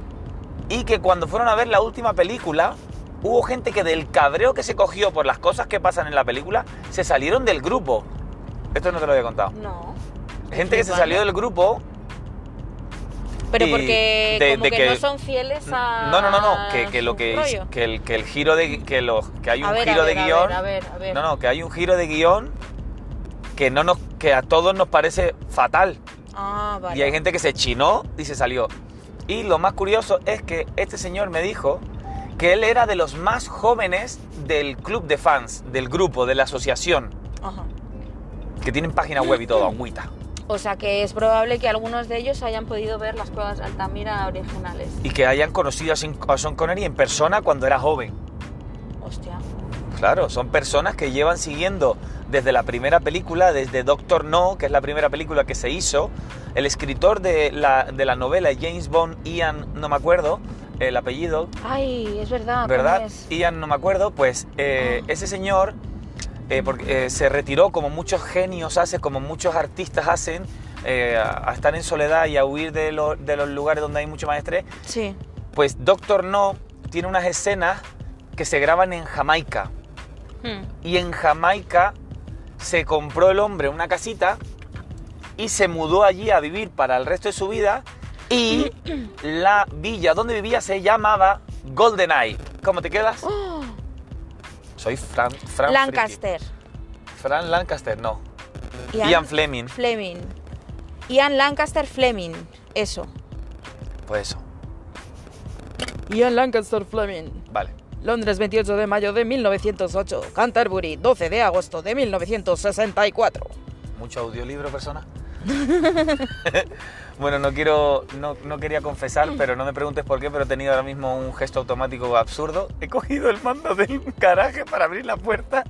Speaker 1: y que cuando fueron a ver la última película, hubo gente que del cabreo que se cogió por las cosas que pasan en la película, se salieron del grupo. Esto no te lo había contado.
Speaker 3: No.
Speaker 1: Gente que se
Speaker 3: flipando.
Speaker 1: salió del grupo.
Speaker 3: Pero
Speaker 1: Y
Speaker 3: porque
Speaker 1: de-
Speaker 3: como
Speaker 1: de
Speaker 3: que,
Speaker 1: que-
Speaker 3: no son fieles a
Speaker 1: No, no, no, no. Que, que lo
Speaker 3: su
Speaker 1: que,
Speaker 3: rollo.
Speaker 1: que, el, que el giro de que lo, que hay un
Speaker 3: A ver,
Speaker 1: giro
Speaker 3: a ver,
Speaker 1: de
Speaker 3: a
Speaker 1: guión.
Speaker 3: ver, a ver, a ver.
Speaker 1: No, no, que hay un giro de guión que no nos, que a todos nos parece fatal.
Speaker 3: Ah, vale.
Speaker 1: Y hay gente que se chinó y se salió. Y lo más curioso es que este señor me dijo que él era de los más jóvenes del club de fans, del grupo, de la asociación.
Speaker 3: Ajá.
Speaker 1: que tienen página web y todo, agüita.
Speaker 3: O sea que es probable que algunos de ellos hayan podido ver las cuevas de Altamira originales.
Speaker 1: Y que hayan conocido a Sin- a Sean Connery en persona cuando era joven.
Speaker 3: Hostia.
Speaker 1: Claro, son personas que llevan siguiendo desde la primera película, desde Doctor No, que es la primera película que se hizo. El escritor de la, de la novela James Bond, Ian, no me acuerdo el apellido,
Speaker 3: Ay, es verdad. Ah, ¿cómo
Speaker 1: ¿verdad?
Speaker 3: es?
Speaker 1: Ian, no me acuerdo, pues eh,
Speaker 3: Ah.
Speaker 1: ese señor eh, porque, eh, se retiró como muchos genios hacen, como muchos artistas hacen, eh, a, a estar en soledad y a huir de, lo- de los lugares donde hay mucho más estrés.
Speaker 3: Sí.
Speaker 1: Pues Doctor No tiene unas escenas que se graban en Jamaica.
Speaker 3: Hmm.
Speaker 1: Y en Jamaica se compró el hombre una casita y se mudó allí a vivir para el resto de su vida. Y la villa donde vivía se llamaba GoldenEye. ¿Cómo te quedas?
Speaker 3: Oh,
Speaker 1: Soy Fran, Fran Friki.
Speaker 3: Lancaster.
Speaker 1: Fran Lancaster, no. Ian, Fleming.
Speaker 3: Fleming. Ian Lancaster Fleming. Eso.
Speaker 1: Pues eso,
Speaker 3: Ian Lancaster Fleming.
Speaker 1: vale.
Speaker 3: Londres, 28 de mayo de 1908. Canterbury, 12 de agosto de 1964.
Speaker 1: Mucho audiolibro, persona. bueno, no quiero, no, no quería confesar, pero no me preguntes por qué, pero he tenido ahora mismo un gesto automático absurdo. He cogido el mando del garaje para abrir la puerta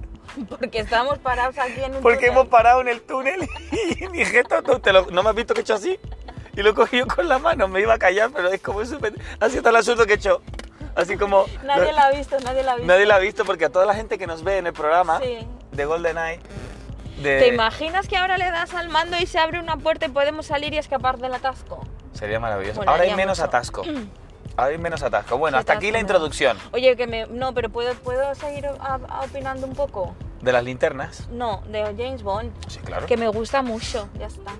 Speaker 3: Porque estamos parados aquí en un
Speaker 1: porque
Speaker 3: túnel.
Speaker 1: hemos parado en el túnel y mi gesto, no, te lo- no me has visto que he hecho así. Y lo he cogido con la mano, me iba a callar, pero es como súper... Así está el absurdo que he hecho. Así como...
Speaker 3: Nadie
Speaker 1: no-
Speaker 3: la ha visto, nadie la ha visto.
Speaker 1: Nadie la ha visto porque a toda la gente que nos ve en el programa
Speaker 3: Sí.
Speaker 1: de GoldenEye. De...
Speaker 3: ¿Te imaginas que ahora le das al mando y se abre una puerta y podemos salir y escapar del atasco?
Speaker 1: Sería maravilloso.
Speaker 3: Molaría
Speaker 1: Ahora hay menos
Speaker 3: mucho.
Speaker 1: atasco. Ahora hay menos atasco. Bueno,
Speaker 3: Sí,
Speaker 1: hasta aquí
Speaker 3: atasco,
Speaker 1: la
Speaker 3: ¿no?
Speaker 1: introducción
Speaker 3: Oye, que me... No, pero ¿puedo, puedo seguir a- a- opinando un poco?
Speaker 1: de las linternas.
Speaker 3: No, de James Bond.
Speaker 1: Sí, claro.
Speaker 3: Que me gusta mucho, ya está.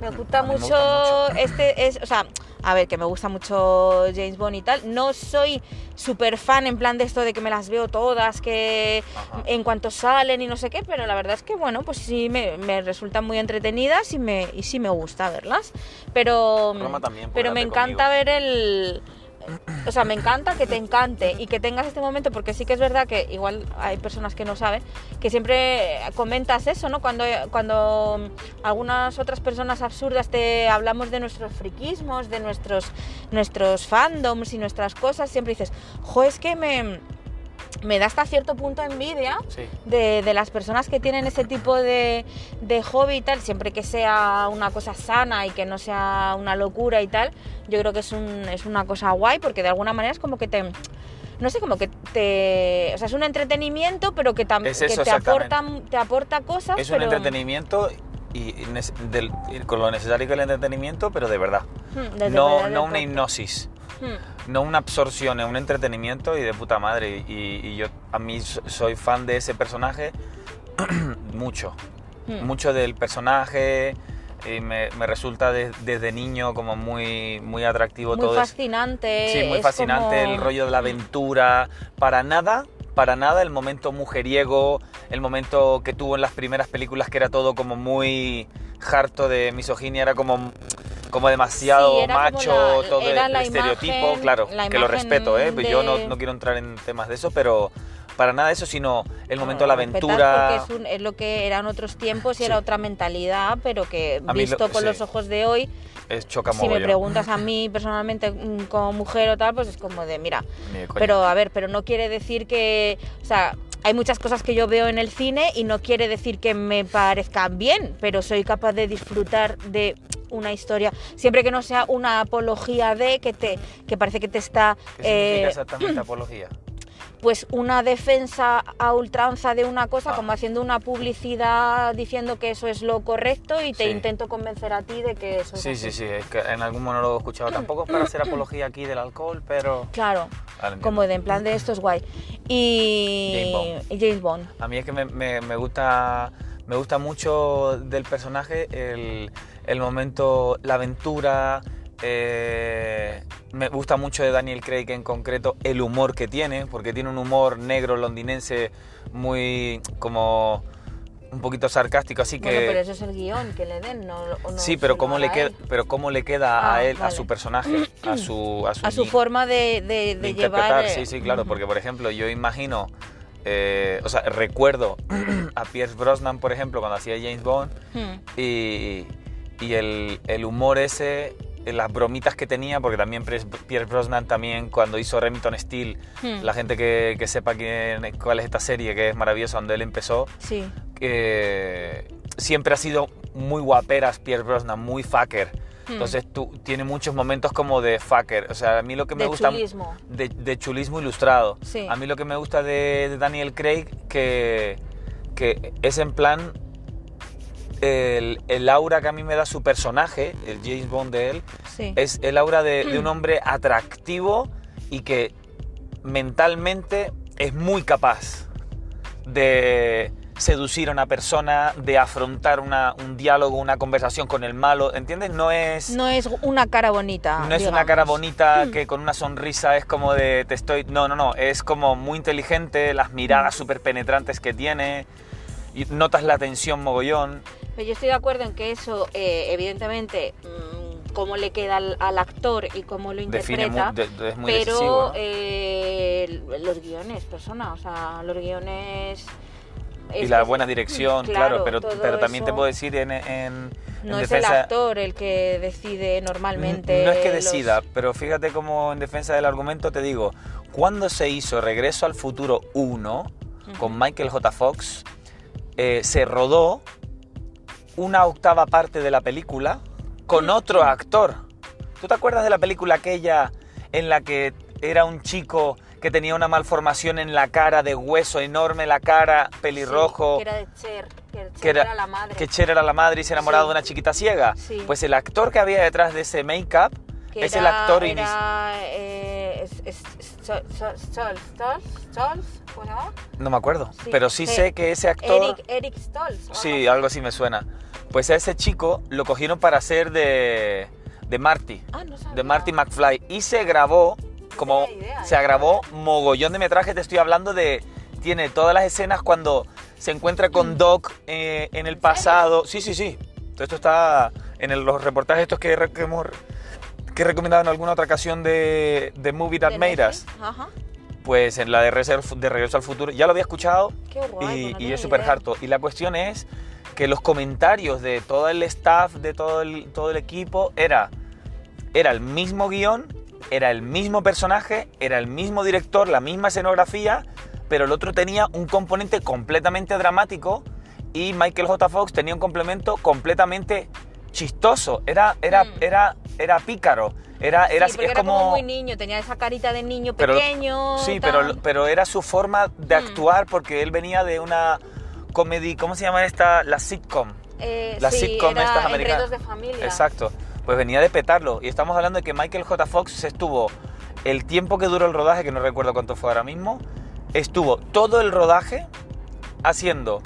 Speaker 3: Me
Speaker 1: a
Speaker 3: gusta
Speaker 1: mí me
Speaker 3: mucho,
Speaker 1: gusta
Speaker 3: este es, o sea, a ver, que me gusta mucho James Bond y tal. No soy súper fan en plan de esto de que me las veo todas, que
Speaker 1: Ajá.
Speaker 3: en cuanto salen y no sé qué, pero la verdad es que bueno, pues sí me, me resultan muy entretenidas y me y sí me gusta verlas. Pero
Speaker 1: Roma también, pues,
Speaker 3: Mm, pero
Speaker 1: date
Speaker 3: me encanta
Speaker 1: conmigo.
Speaker 3: ver el o sea, me encanta que te encante y que tengas este momento, porque sí que es verdad que igual hay personas que no saben, que siempre comentas eso, ¿no? Cuando, cuando algunas otras personas absurdas te hablamos de nuestros friquismos, de nuestros, nuestros fandoms y nuestras cosas, siempre dices, jo, es que me, me da hasta cierto punto envidia
Speaker 1: Sí.
Speaker 3: de, de las personas que tienen ese tipo de, de hobby y tal, siempre que sea una cosa sana y que no sea una locura y tal, yo creo que es, un- es una cosa guay porque de alguna manera es como que te... No sé, como que te... O sea, es un entretenimiento, pero que también
Speaker 1: Es eso,
Speaker 3: te,
Speaker 1: exactamente.
Speaker 3: aporta, te aporta cosas.
Speaker 1: Es un
Speaker 3: pero- mm,
Speaker 1: entretenimiento y, y nece- del- y con lo necesario que es el entretenimiento, pero de verdad.
Speaker 3: Hmm, desde
Speaker 1: no
Speaker 3: verdad,
Speaker 1: no una
Speaker 3: desde-
Speaker 1: hipnosis,
Speaker 3: Hmm,
Speaker 1: no una absorción, es un entretenimiento y de puta madre. Y, y yo a mí so- soy fan de ese personaje mucho.
Speaker 3: hmm.
Speaker 1: mucho del personaje y me, me resulta de- desde niño como muy, muy atractivo
Speaker 3: Muy
Speaker 1: todo eso.
Speaker 3: fascinante.
Speaker 1: Sí, muy
Speaker 3: es
Speaker 1: fascinante
Speaker 3: como-
Speaker 1: el rollo de la aventura. Para nada, para nada el momento mujeriego, el momento que tuvo en las primeras películas que era todo como muy harto de misoginia, era como como demasiado
Speaker 3: Sí, era como
Speaker 1: macho,
Speaker 3: la-
Speaker 1: todo
Speaker 3: era
Speaker 1: el
Speaker 3: la
Speaker 1: estereotipo,
Speaker 3: imagen-
Speaker 1: claro,
Speaker 3: la
Speaker 1: que lo
Speaker 3: imagen
Speaker 1: respeto, ¿eh? Pues yo no,
Speaker 3: de-
Speaker 1: no quiero entrar en temas de eso, pero para nada eso, sino el momento de la
Speaker 3: respetar
Speaker 1: aventura.
Speaker 3: Porque es, un- es lo que eran otros tiempos y
Speaker 1: Sí.
Speaker 3: era otra mentalidad, pero que
Speaker 1: A mí lo-
Speaker 3: visto con
Speaker 1: sí.
Speaker 3: los ojos de hoy,
Speaker 1: es, choca
Speaker 3: si me
Speaker 1: mogollón.
Speaker 3: preguntas a mí personalmente mm, como mujer o tal, pues es como de, mira,
Speaker 1: Ni de coña.
Speaker 3: pero a ver, pero no quiere decir que, o sea, hay muchas cosas que yo veo en el cine y no quiere decir que me parezcan bien, pero soy capaz de disfrutar de una historia, siempre que no sea una apología de que te que parece que te está
Speaker 1: ¿Qué significa
Speaker 3: eh,
Speaker 1: exactamente apología?
Speaker 3: pues una defensa a ultranza de una cosa,
Speaker 1: Ah.
Speaker 3: como haciendo una publicidad diciendo que eso es lo correcto y te
Speaker 1: Sí.
Speaker 3: intento convencer a ti de que eso es
Speaker 1: Sí, sí,
Speaker 3: así.
Speaker 1: sí, es que en algún monólogo he escuchado tampoco es para hacer apología aquí del alcohol, pero...
Speaker 3: Claro,
Speaker 1: Ahora entiendo.
Speaker 3: como de en plan de esto es guay. Y
Speaker 1: James
Speaker 3: y James Bond.
Speaker 1: A mí es que me, me- me gusta, me gusta mucho del personaje el, el momento, la aventura, eh, me gusta mucho de Daniel Craig en concreto el humor que tiene, porque tiene un humor negro londinense muy como un poquito sarcástico, así que...
Speaker 3: Bueno, pero eso es el guión que le den, no, o no
Speaker 1: sí, pero
Speaker 3: se lo
Speaker 1: cómo, le
Speaker 3: haga
Speaker 1: queda,
Speaker 3: él.
Speaker 1: pero cómo le queda a
Speaker 3: Ah,
Speaker 1: él, a
Speaker 3: vale.
Speaker 1: su personaje, a su... A su,
Speaker 3: A su
Speaker 1: ni-
Speaker 3: forma de, de- de
Speaker 1: de
Speaker 3: llevar.
Speaker 1: interpretar,
Speaker 3: eh,
Speaker 1: sí, sí, claro,
Speaker 3: ujú.
Speaker 1: porque por ejemplo yo imagino eh, o sea, recuerdo a Pierce Brosnan, por ejemplo, cuando hacía James Bond,
Speaker 3: Hmm.
Speaker 1: y, y el, el humor ese, las bromitas que tenía, porque también Pierce Pierce Brosnan también cuando hizo Remington Steel,
Speaker 3: Hmm.
Speaker 1: la gente que, que sepa quién, cuál es esta serie, que es maravillosa, donde él empezó,
Speaker 3: Sí. mm.
Speaker 1: eh, siempre ha sido muy guaperas Pierce Brosnan, muy fucker.
Speaker 3: Hmm.
Speaker 1: Entonces tú, tiene muchos momentos como de fucker. O sea, a mí lo que me
Speaker 3: de
Speaker 1: gusta
Speaker 3: chulismo.
Speaker 1: de, de chulismo ilustrado.
Speaker 3: Sí.
Speaker 1: A mí lo que me gusta de, de Daniel Craig que, que es en plan el, el aura que a mí me da su personaje, el James Bond de él,
Speaker 3: Sí.
Speaker 1: es el aura de, de un hombre atractivo y que mentalmente es muy capaz de seducir a una persona, de afrontar una- un diálogo, una conversación con el malo, ¿entiendes? No es...
Speaker 3: No es una cara bonita.
Speaker 1: No es una
Speaker 3: Ah, digamos. Hmm.
Speaker 1: cara bonita que con una sonrisa es como de te estoy. No, no, no. Es como muy inteligente, las
Speaker 3: Hmm.
Speaker 1: miradas súper penetrantes que tiene. Y notas la tensión mogollón.
Speaker 3: Pero yo estoy de acuerdo en que eso, eh, evidentemente, mm, cómo le queda al, al actor y cómo lo
Speaker 1: Define mu-
Speaker 3: interpreta.
Speaker 1: de- de- es muy
Speaker 3: pero
Speaker 1: decisivo, ¿no?
Speaker 3: eh, los guiones, persona, o sea, los guiones.
Speaker 1: y
Speaker 3: es-
Speaker 1: la
Speaker 3: es-
Speaker 1: buena dirección, claro.
Speaker 3: claro,
Speaker 1: pero,
Speaker 3: todo
Speaker 1: pero también te
Speaker 3: eso-
Speaker 1: puedo decir en, en-
Speaker 3: No
Speaker 1: en
Speaker 3: es el
Speaker 1: defensa.
Speaker 3: actor el que decide normalmente.
Speaker 1: No es que
Speaker 3: los-
Speaker 1: decida, pero fíjate como en defensa del argumento te digo, cuando se hizo Regreso al Futuro 1 con Michael J. Fox, eh, se rodó una octava parte de la película con otro actor. ¿Tú te acuerdas de la película aquella en la que era un chico que tenía una malformación en la cara, de hueso enorme, la cara,
Speaker 3: Sí,
Speaker 1: pelirrojo?
Speaker 3: que era de Cher. Que Cher
Speaker 1: que
Speaker 3: era,
Speaker 1: era,
Speaker 3: la madre.
Speaker 1: que Cher era la madre y se enamoraba
Speaker 3: Sí.
Speaker 1: de una chiquita ciega.
Speaker 3: Sí.
Speaker 1: Pues el actor que había detrás de ese make-up
Speaker 3: que
Speaker 1: es
Speaker 3: era-
Speaker 1: el actor ini-
Speaker 3: Era. eh, es- es- es- Sol- Sol- Sol- Sol- Stolz, ¿cómo se llama?
Speaker 1: No me acuerdo,
Speaker 3: Sí,
Speaker 1: pero sí
Speaker 3: eh,
Speaker 1: sé que ese actor...
Speaker 3: Eric, Eric Stolz. o
Speaker 1: Sí, algo así me suena. Pues a ese chico lo cogieron para hacer de, de Marty,
Speaker 3: Ah, no sabía.
Speaker 1: de Marty McFly. Y se grabó, como
Speaker 3: tenía idea,
Speaker 1: se
Speaker 3: ¿eh?
Speaker 1: grabó mogollón de metraje, te estoy hablando de... Tiene todas las escenas cuando se encuentra
Speaker 3: Mm.
Speaker 1: con Doc eh, en el pasado. Sí, sí, sí. Todo esto está en el- los reportajes estos que, re- que hemos que he recomendado en alguna otra ocasión de, de Movie That
Speaker 3: De
Speaker 1: Made Us.
Speaker 3: Netflix, Ajá.
Speaker 1: Pues en la de Regreso, de Regreso al Futuro. Ya lo había escuchado,
Speaker 3: Qué guay.
Speaker 1: y,
Speaker 3: pues no
Speaker 1: y
Speaker 3: tenía
Speaker 1: es súper
Speaker 3: idea.
Speaker 1: harto. Y la cuestión es que los comentarios de todo el staff, de todo el, todo el equipo, era, era el mismo guión, era el mismo personaje, era el mismo director, la misma escenografía, pero el otro tenía un componente completamente dramático y Michael J. Fox tenía un complemento completamente chistoso. Era, era,
Speaker 3: Mm.
Speaker 1: era, era pícaro. Era,
Speaker 3: Sí,
Speaker 1: era,
Speaker 3: porque
Speaker 1: es
Speaker 3: era como... muy niño, tenía esa carita de niño
Speaker 1: Pero-
Speaker 3: pequeño.
Speaker 1: Sí,
Speaker 3: tal.
Speaker 1: pero, pero era su forma de
Speaker 3: Mm.
Speaker 1: actuar porque él venía de una comedy, ¿cómo se llama esta? La sitcom.
Speaker 3: Eh,
Speaker 1: las
Speaker 3: sí,
Speaker 1: sitcom
Speaker 3: era
Speaker 1: estas americanas.
Speaker 3: Enredos de familia.
Speaker 1: Exacto. Pues venía de petarlo. Y estamos hablando de que Michael J. Fox estuvo, el tiempo que duró el rodaje, que no recuerdo cuánto fue ahora mismo, estuvo todo el rodaje haciendo,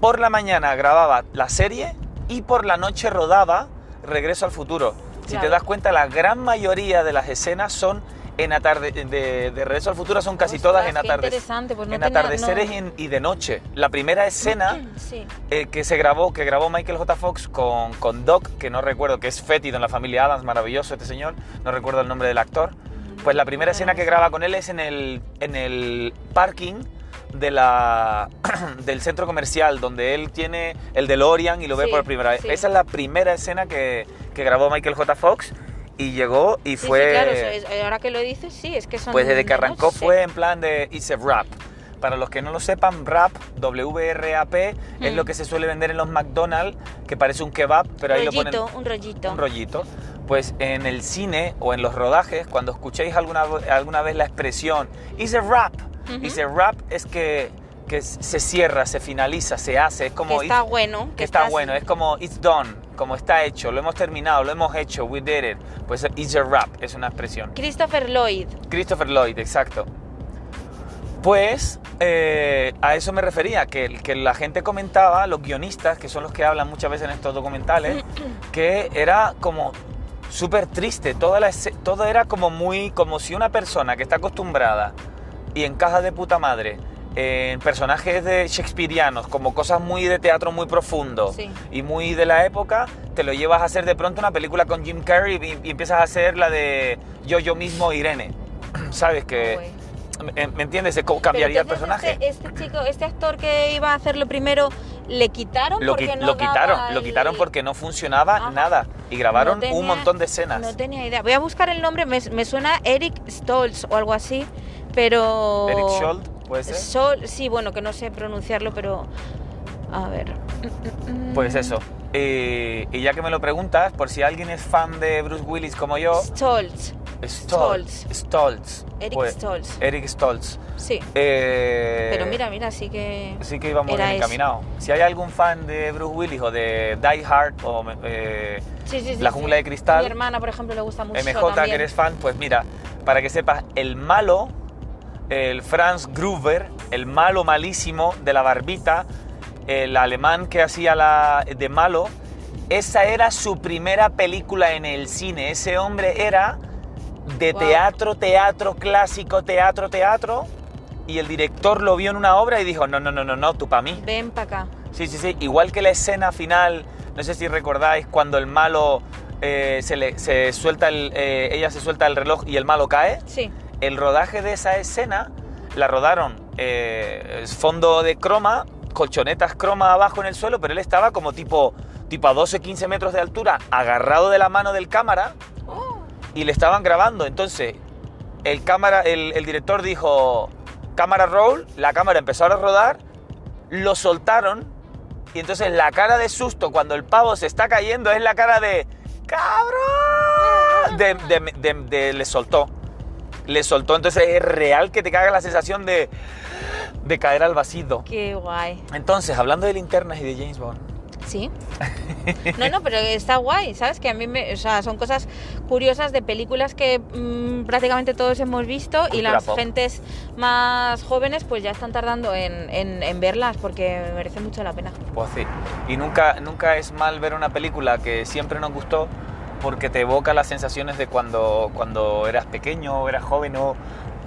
Speaker 1: por la mañana grababa la serie y por la noche rodaba Regreso al Futuro. Si te
Speaker 3: Claro.
Speaker 1: das cuenta, la gran mayoría de las escenas son en atarde de, de Regreso al Futuro, son casi
Speaker 3: Ostras,
Speaker 1: todas en
Speaker 3: qué
Speaker 1: atardes.
Speaker 3: interesante, pues no
Speaker 1: en
Speaker 3: tenía- no-
Speaker 1: atardeceres y, en- y de noche. La primera escena
Speaker 3: Sí.
Speaker 1: eh, que se grabó, que grabó Michael J. Fox con, con Doc, que no recuerdo, que es fétido en la familia Adams, maravilloso este señor, no recuerdo el nombre del actor. Pues la primera escena que graba con él es en el, en el parking de la, del centro comercial, donde él tiene el DeLorean y lo ve
Speaker 3: Sí,
Speaker 1: por primera vez.
Speaker 3: sí.
Speaker 1: Esa es la primera escena que, que grabó Michael J. Fox y llegó y
Speaker 3: Sí, sí,
Speaker 1: fue...
Speaker 3: claro, eso es- eh, ahora que lo dices, sí, es que son.
Speaker 1: Pues desde que arrancó
Speaker 3: no sé.
Speaker 1: fue en plan de It's a Wrap. Para los que no lo sepan, wrap, W-R-A-P, es
Speaker 3: Mm.
Speaker 1: lo que se suele vender en los McDonald's, que parece un kebab, pero ahí lo
Speaker 3: Rollito,
Speaker 1: ponen
Speaker 3: un rollito.
Speaker 1: un rollito. Pues en el cine o en los rodajes, cuando escuchéis alguna, alguna vez la expresión It's a Wrap,
Speaker 3: Ujú.
Speaker 1: It's a Wrap es que, que se cierra, se finaliza, se hace, es como
Speaker 3: que está
Speaker 1: "It's-
Speaker 3: bueno.
Speaker 1: que está
Speaker 3: estás-
Speaker 1: bueno, es como it's done, como está hecho, lo hemos terminado, lo hemos hecho, we did it. Pues it's a wrap, es una expresión.
Speaker 3: Christopher Lloyd.
Speaker 1: Christopher Lloyd, exacto. Pues eh, a eso me refería, que, que la gente comentaba, los guionistas, que son los que hablan muchas veces en estos documentales, que era como súper triste, toda la esce- todo era como muy, como si una persona que está acostumbrada y encaja de puta madre en personajes de shakespearianos, como cosas muy de teatro muy profundo
Speaker 3: Sí.
Speaker 1: y muy de la época, te lo llevas a hacer de pronto una película con Jim Carrey y, y empiezas a hacer la de Yo, yo mismo, Irene. ¿Sabes? Que,
Speaker 3: Uy.
Speaker 1: ¿Me, me entiendes? Se co- cambiaría el
Speaker 3: Pero eh. entonces
Speaker 1: personaje.
Speaker 3: Este, este chico, este actor que iba a hacerlo primero, le quitaron
Speaker 1: lo, qui-
Speaker 3: porque no
Speaker 1: lo
Speaker 3: daba
Speaker 1: quitaron, lo
Speaker 3: el-
Speaker 1: quitaron porque no funcionaba
Speaker 3: Ajá.
Speaker 1: nada. Y grabaron
Speaker 3: No tenía-
Speaker 1: un montón de escenas.
Speaker 3: No tenía idea. Voy a buscar el nombre, me, me suena Eric Stolz o algo así, pero...
Speaker 1: Eric Scholz, puede ser.
Speaker 3: Sol, sí, bueno, que no sé pronunciarlo, pero... A ver.
Speaker 1: Pues eso. Eh, y ya que me lo preguntas, por si alguien es fan de Bruce Willis como yo,
Speaker 3: Stolz,
Speaker 1: Stoltz. Stoltz.
Speaker 3: Eric
Speaker 1: pues,
Speaker 3: Stolz,
Speaker 1: Eric Stoltz.
Speaker 3: sí.
Speaker 1: Eh,
Speaker 3: Pero mira, mira, sí que...
Speaker 1: Sí que iba muy
Speaker 3: era
Speaker 1: bien
Speaker 3: eso.
Speaker 1: encaminado. Si hay algún fan de Bruce Willis o de Die Hard o eh,
Speaker 3: Sí, sí, sí,
Speaker 1: La
Speaker 3: sí.
Speaker 1: Jungla de Cristal,
Speaker 3: Mi hermana, por ejemplo, le gusta mucho
Speaker 1: MJ,
Speaker 3: también.
Speaker 1: que eres fan, pues mira, para que sepas, el malo, el Franz Gruber, el malo malísimo de la barbita, el alemán que hacía la de malo, esa era su primera película en el cine. Ese hombre era de
Speaker 3: Wow.
Speaker 1: teatro, teatro clásico, teatro, teatro. Y el director lo vio en una obra y dijo, no, no, no, no, no, tú para mí.
Speaker 3: Ven para acá.
Speaker 1: Sí, sí, sí. Igual que la escena final, no sé si recordáis, cuando el malo eh, se le se suelta el, eh, ella se suelta el reloj y el malo cae.
Speaker 3: Sí.
Speaker 1: El rodaje de esa escena la rodaron eh, fondo de croma, colchonetas croma abajo en el suelo, pero él estaba como tipo, tipo a 12, 15 metros de altura, agarrado de la mano del cámara y le estaban grabando. Entonces, el, cámara, el, el director dijo, cámara roll, la cámara empezó a rodar, lo soltaron y entonces la cara de susto cuando el pavo se está cayendo es la cara de cabrón, de, de- de- de- le soltó. Le soltó, entonces es real que te caga la sensación de, de caer al vacío.
Speaker 3: Qué guay.
Speaker 1: Entonces, hablando de linternas y de James Bond,
Speaker 3: Sí. No, no, pero está guay, ¿sabes? Que a mí me. O sea, son cosas curiosas de películas que mm, prácticamente todos hemos visto y
Speaker 1: Cultura
Speaker 3: las
Speaker 1: pop.
Speaker 3: gentes más jóvenes, pues ya están tardando en, en- en verlas porque merece mucho la pena.
Speaker 1: Pues sí. Y nunca, nunca es mal ver una película que siempre nos gustó porque te evoca las sensaciones de cuando, cuando eras pequeño, o eras joven o,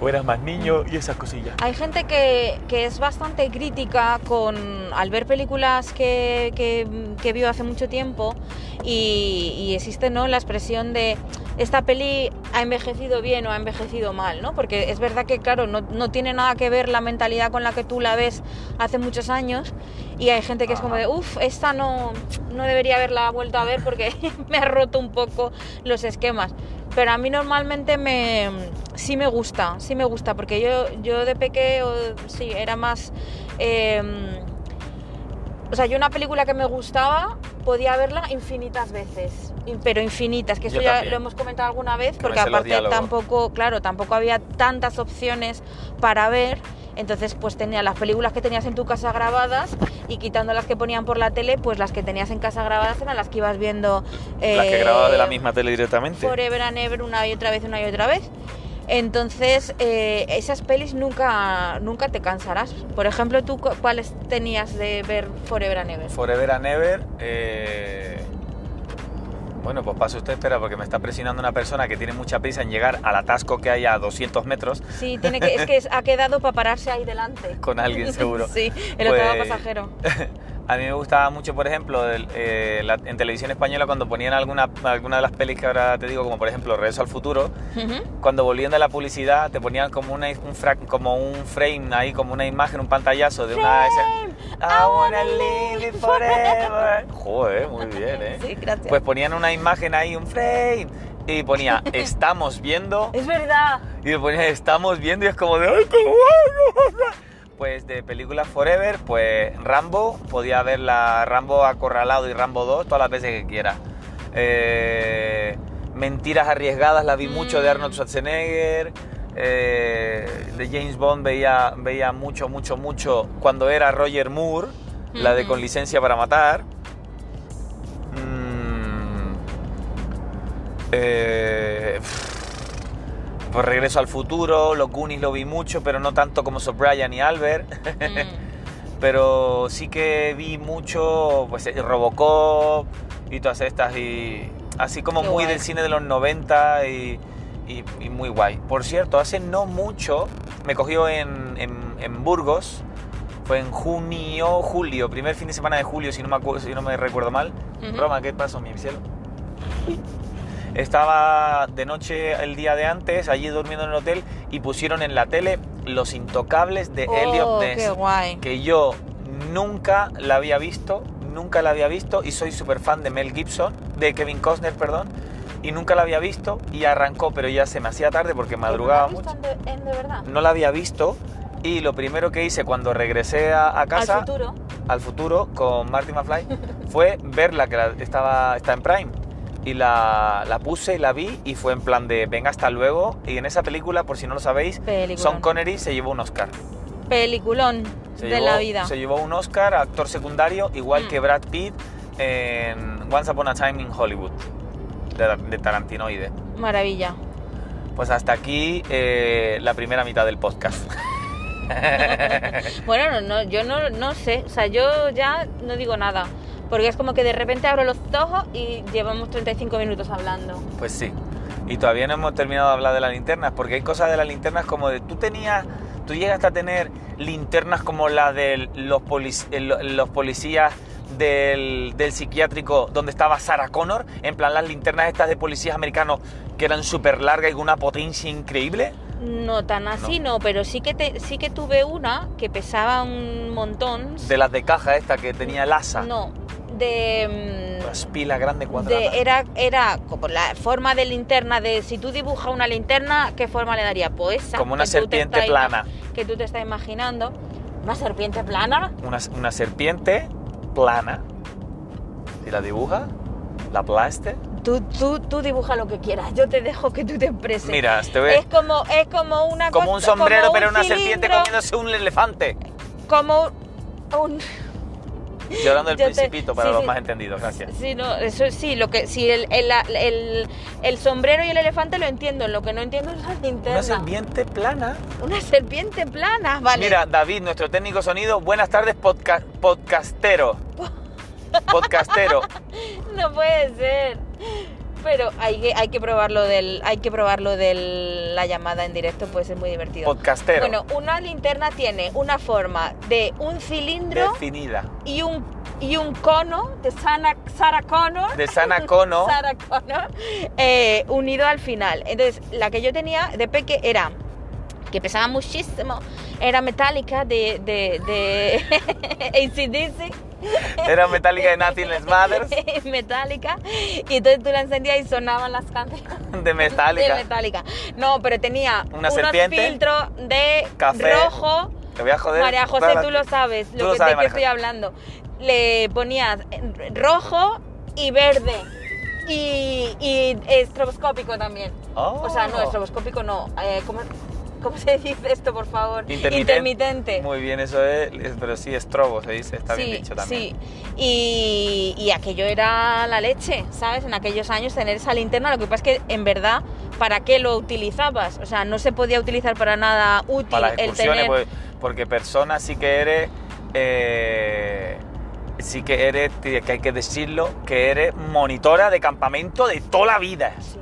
Speaker 1: o eras más niño y esas cosillas.
Speaker 3: Hay gente que, que es bastante crítica con al ver películas que, que- que vio hace mucho tiempo y, y existe ¿no? la expresión de esta peli ha envejecido bien o ha envejecido mal, ¿no? Porque es verdad que, claro, no, no tiene nada que ver la mentalidad con la que tú la ves hace muchos años y hay gente que es como
Speaker 1: Ajá.
Speaker 3: de, uff, esta no, no debería haberla vuelto a ver porque me ha roto un poco los esquemas. Pero a mí normalmente me, sí me gusta, sí me gusta, porque yo, yo de pequeño sí era más... eh, o sea, yo una película que me gustaba podía verla infinitas veces, in- pero infinitas, que eso
Speaker 1: Yo
Speaker 3: ya
Speaker 1: también.
Speaker 3: lo hemos comentado alguna vez,
Speaker 1: me
Speaker 3: porque
Speaker 1: sé los
Speaker 3: aparte
Speaker 1: diálogos.
Speaker 3: tampoco, claro, tampoco había tantas opciones para ver. Entonces, pues tenía las películas que tenías en tu casa grabadas y quitando las que ponían por la tele, pues las que tenías en casa grabadas eran las que ibas viendo.
Speaker 1: Las que
Speaker 3: eh,
Speaker 1: grababas de la misma tele directamente.
Speaker 3: Forever and Ever una y otra vez, una y otra vez. Entonces, eh, esas pelis nunca, nunca te cansarás. Por ejemplo, ¿tú cu- cuáles tenías de ver Forever and Ever?
Speaker 1: Forever and Ever. eh, Bueno, pues pase usted, espera, porque me está presionando una persona que tiene mucha prisa en llegar al atasco que hay a 200 metros
Speaker 3: Sí, tiene que, es que es- ha quedado para pararse ahí delante.
Speaker 1: con alguien seguro.
Speaker 3: Sí, el octavo
Speaker 1: Pues-
Speaker 3: pasajero.
Speaker 1: A mí me gustaba mucho, por ejemplo, el, eh, la- en televisión española cuando ponían alguna, alguna de las pelis que ahora te digo, como por ejemplo Regreso al Futuro,
Speaker 3: Ujú.
Speaker 1: cuando volvían de la publicidad te ponían como, una, un, frac- como un frame ahí, como una imagen, un pantallazo de una... escena. I wanna live it forever. Joder, muy bien, ¿eh?
Speaker 3: Sí, gracias.
Speaker 1: Pues ponían una imagen ahí, un frame, y ponía, estamos viendo,
Speaker 3: es verdad.
Speaker 1: y le ponía, estamos viendo, y es como de, ¡ay, qué bueno! Pues de película Forever, pues Rambo, podía ver la Rambo Acorralado y Rambo 2 todas las veces que quiera. Eh, Mentiras arriesgadas, la vi mucho de
Speaker 3: Mm.
Speaker 1: Arnold Schwarzenegger. eh, de James Bond veía, veía mucho, mucho, mucho cuando era Roger Moore, la de
Speaker 3: Ujú.
Speaker 1: Con licencia para matar. Mm, eh, pues Regreso al Futuro, los Goonies lo vi mucho, pero no tanto como Sobrian y Albert.
Speaker 3: Mm.
Speaker 1: Pero sí que vi mucho pues, eh, Robocop y todas estas. Y así como
Speaker 3: Qué
Speaker 1: muy
Speaker 3: guay.
Speaker 1: del cine de los 90 y, y- y muy guay. Por cierto, hace no mucho me cogió en, en- en Burgos. Fue en junio, julio, primer fin de semana de julio, si no me, acu- si no me recuerdo mal.
Speaker 3: Ujú.
Speaker 1: Roma, ¿qué pasó, mi cielo? Estaba de noche el día de antes, allí durmiendo en el hotel, y pusieron en la tele Los Intocables de
Speaker 3: Oh,
Speaker 1: Elliot Ness.
Speaker 3: qué guay.
Speaker 1: Que yo nunca la había visto, nunca la había visto y soy súper fan de Mel Gibson, de Kevin Costner, perdón, y nunca la había visto y arrancó, pero ya se me hacía tarde porque madrugaba
Speaker 3: ¿Pero no la
Speaker 1: mucho.
Speaker 3: has visto En de, en de verdad.
Speaker 1: No la había visto y lo primero que hice cuando regresé a, a casa
Speaker 3: Al futuro.
Speaker 1: al futuro con Marty McFly fue verla, que la- estaba, está en Prime. Y la, la puse, la vi y fue en plan de venga hasta luego. Y en esa película, por si no lo sabéis,
Speaker 3: Peliculón.
Speaker 1: Sean Connery se llevó un Oscar.
Speaker 3: Peliculón
Speaker 1: Se
Speaker 3: de
Speaker 1: llevó,
Speaker 3: la vida.
Speaker 1: Se llevó un Oscar a actor secundario, igual
Speaker 3: Mm.
Speaker 1: que Brad Pitt en Once Upon a Time in Hollywood, de, de Tarantinoide.
Speaker 3: Maravilla.
Speaker 1: Pues hasta aquí eh, la primera mitad del podcast.
Speaker 3: Bueno, no, no, yo no, no sé. O sea, yo ya no digo nada. Porque es como que de repente abro los ojos y llevamos 35 minutos hablando.
Speaker 1: Pues sí. Y todavía no hemos terminado de hablar de las linternas, porque hay cosas de las linternas como de tú tenías, tú llegaste a tener linternas como la de los, polic- eh, lo- los policías del, del psiquiátrico donde estaba Sarah Connor, en plan las linternas estas de policías americanos que eran súper largas y con una potencia increíble.
Speaker 3: No tan así, no, pero sí que, te, sí que tuve una que pesaba un montón.
Speaker 1: De las de caja esta que tenía Lasa.
Speaker 3: No, de... mm,
Speaker 1: Las pilas grandes cuadradas.
Speaker 3: de- era, era como la forma de linterna, de si tú dibujas una linterna, ¿qué forma le daría? Pues esa,
Speaker 1: Como una
Speaker 3: que tú te
Speaker 1: serpiente
Speaker 3: estás ima-
Speaker 1: plana.
Speaker 3: Que tú te estás imaginando. ¿Una serpiente plana?
Speaker 1: Una, una serpiente plana. Si la dibuja, la aplaste.
Speaker 3: Tú, tú, tú dibuja lo que quieras, yo te dejo que tú te expreses.
Speaker 1: Mira, te ve.
Speaker 3: es como, es como una
Speaker 1: Como un
Speaker 3: cosa-
Speaker 1: sombrero,
Speaker 3: como
Speaker 1: pero
Speaker 3: un
Speaker 1: una serpiente
Speaker 3: cilindro,
Speaker 1: comiéndose un elefante.
Speaker 3: Como un...
Speaker 1: Yo hablando del
Speaker 3: Yo te-
Speaker 1: principito para
Speaker 3: sí,
Speaker 1: los
Speaker 3: sí.
Speaker 1: más entendidos, gracias.
Speaker 3: Sí, no, eso sí, lo que, sí el, el, el- el sombrero y el elefante lo entiendo, lo que no entiendo es la linterna.
Speaker 1: Una serpiente plana.
Speaker 3: Una serpiente plana, vale.
Speaker 1: Mira, David, nuestro técnico sonido, buenas tardes, podca- podcastero. Podcastero.
Speaker 3: No puede ser. Pero hay que, hay que probarlo del, hay que probarlo del la llamada en directo, puede ser muy divertido.
Speaker 1: Podcastero.
Speaker 3: Bueno, una linterna tiene una forma de un cilindro
Speaker 1: Definida.
Speaker 3: y un y un cono de Sana- Sarah Connor.
Speaker 1: De Sana Cono.
Speaker 3: Sarah Connor, eh, unido al final. Entonces, la que yo tenía de peque era que pesaba muchísimo, era metálica de, de, de ACDC.
Speaker 1: Era metálica de Nothing Else Matters.
Speaker 3: metálica y entonces tú la encendías y sonaban las canciones
Speaker 1: De metálica.
Speaker 3: de metálica no pero tenía
Speaker 1: Una
Speaker 3: unos
Speaker 1: serpiente,
Speaker 3: filtros de
Speaker 1: café,
Speaker 3: rojo
Speaker 1: Te voy a joder.
Speaker 3: María José
Speaker 1: Espérate.
Speaker 3: tú lo sabes
Speaker 1: Tú
Speaker 3: lo
Speaker 1: lo
Speaker 3: que,
Speaker 1: sabes,
Speaker 3: de qué
Speaker 1: María
Speaker 3: estoy
Speaker 1: José.
Speaker 3: hablando le ponías eh, rojo y verde y, y estroboscópico también
Speaker 1: Oh.
Speaker 3: o sea no estroboscópico no eh, ¿cómo, cómo se dice esto por favor
Speaker 1: Intermitente.
Speaker 3: intermitente
Speaker 1: Muy bien, eso es. es- Pero sí, estrobo se dice. Está
Speaker 3: sí,
Speaker 1: bien dicho también.
Speaker 3: Sí, y, y aquello era la leche, ¿sabes? En aquellos años tener esa linterna, lo que pasa es que en verdad, ¿para qué lo utilizabas? O sea, no se podía utilizar para nada útil
Speaker 1: para las
Speaker 3: el
Speaker 1: excursiones,
Speaker 3: tener...
Speaker 1: pues, porque persona sí que eres, eh, sí que eres, t- que hay que decirlo, que eres monitora de campamento de toda la vida.
Speaker 3: Sí.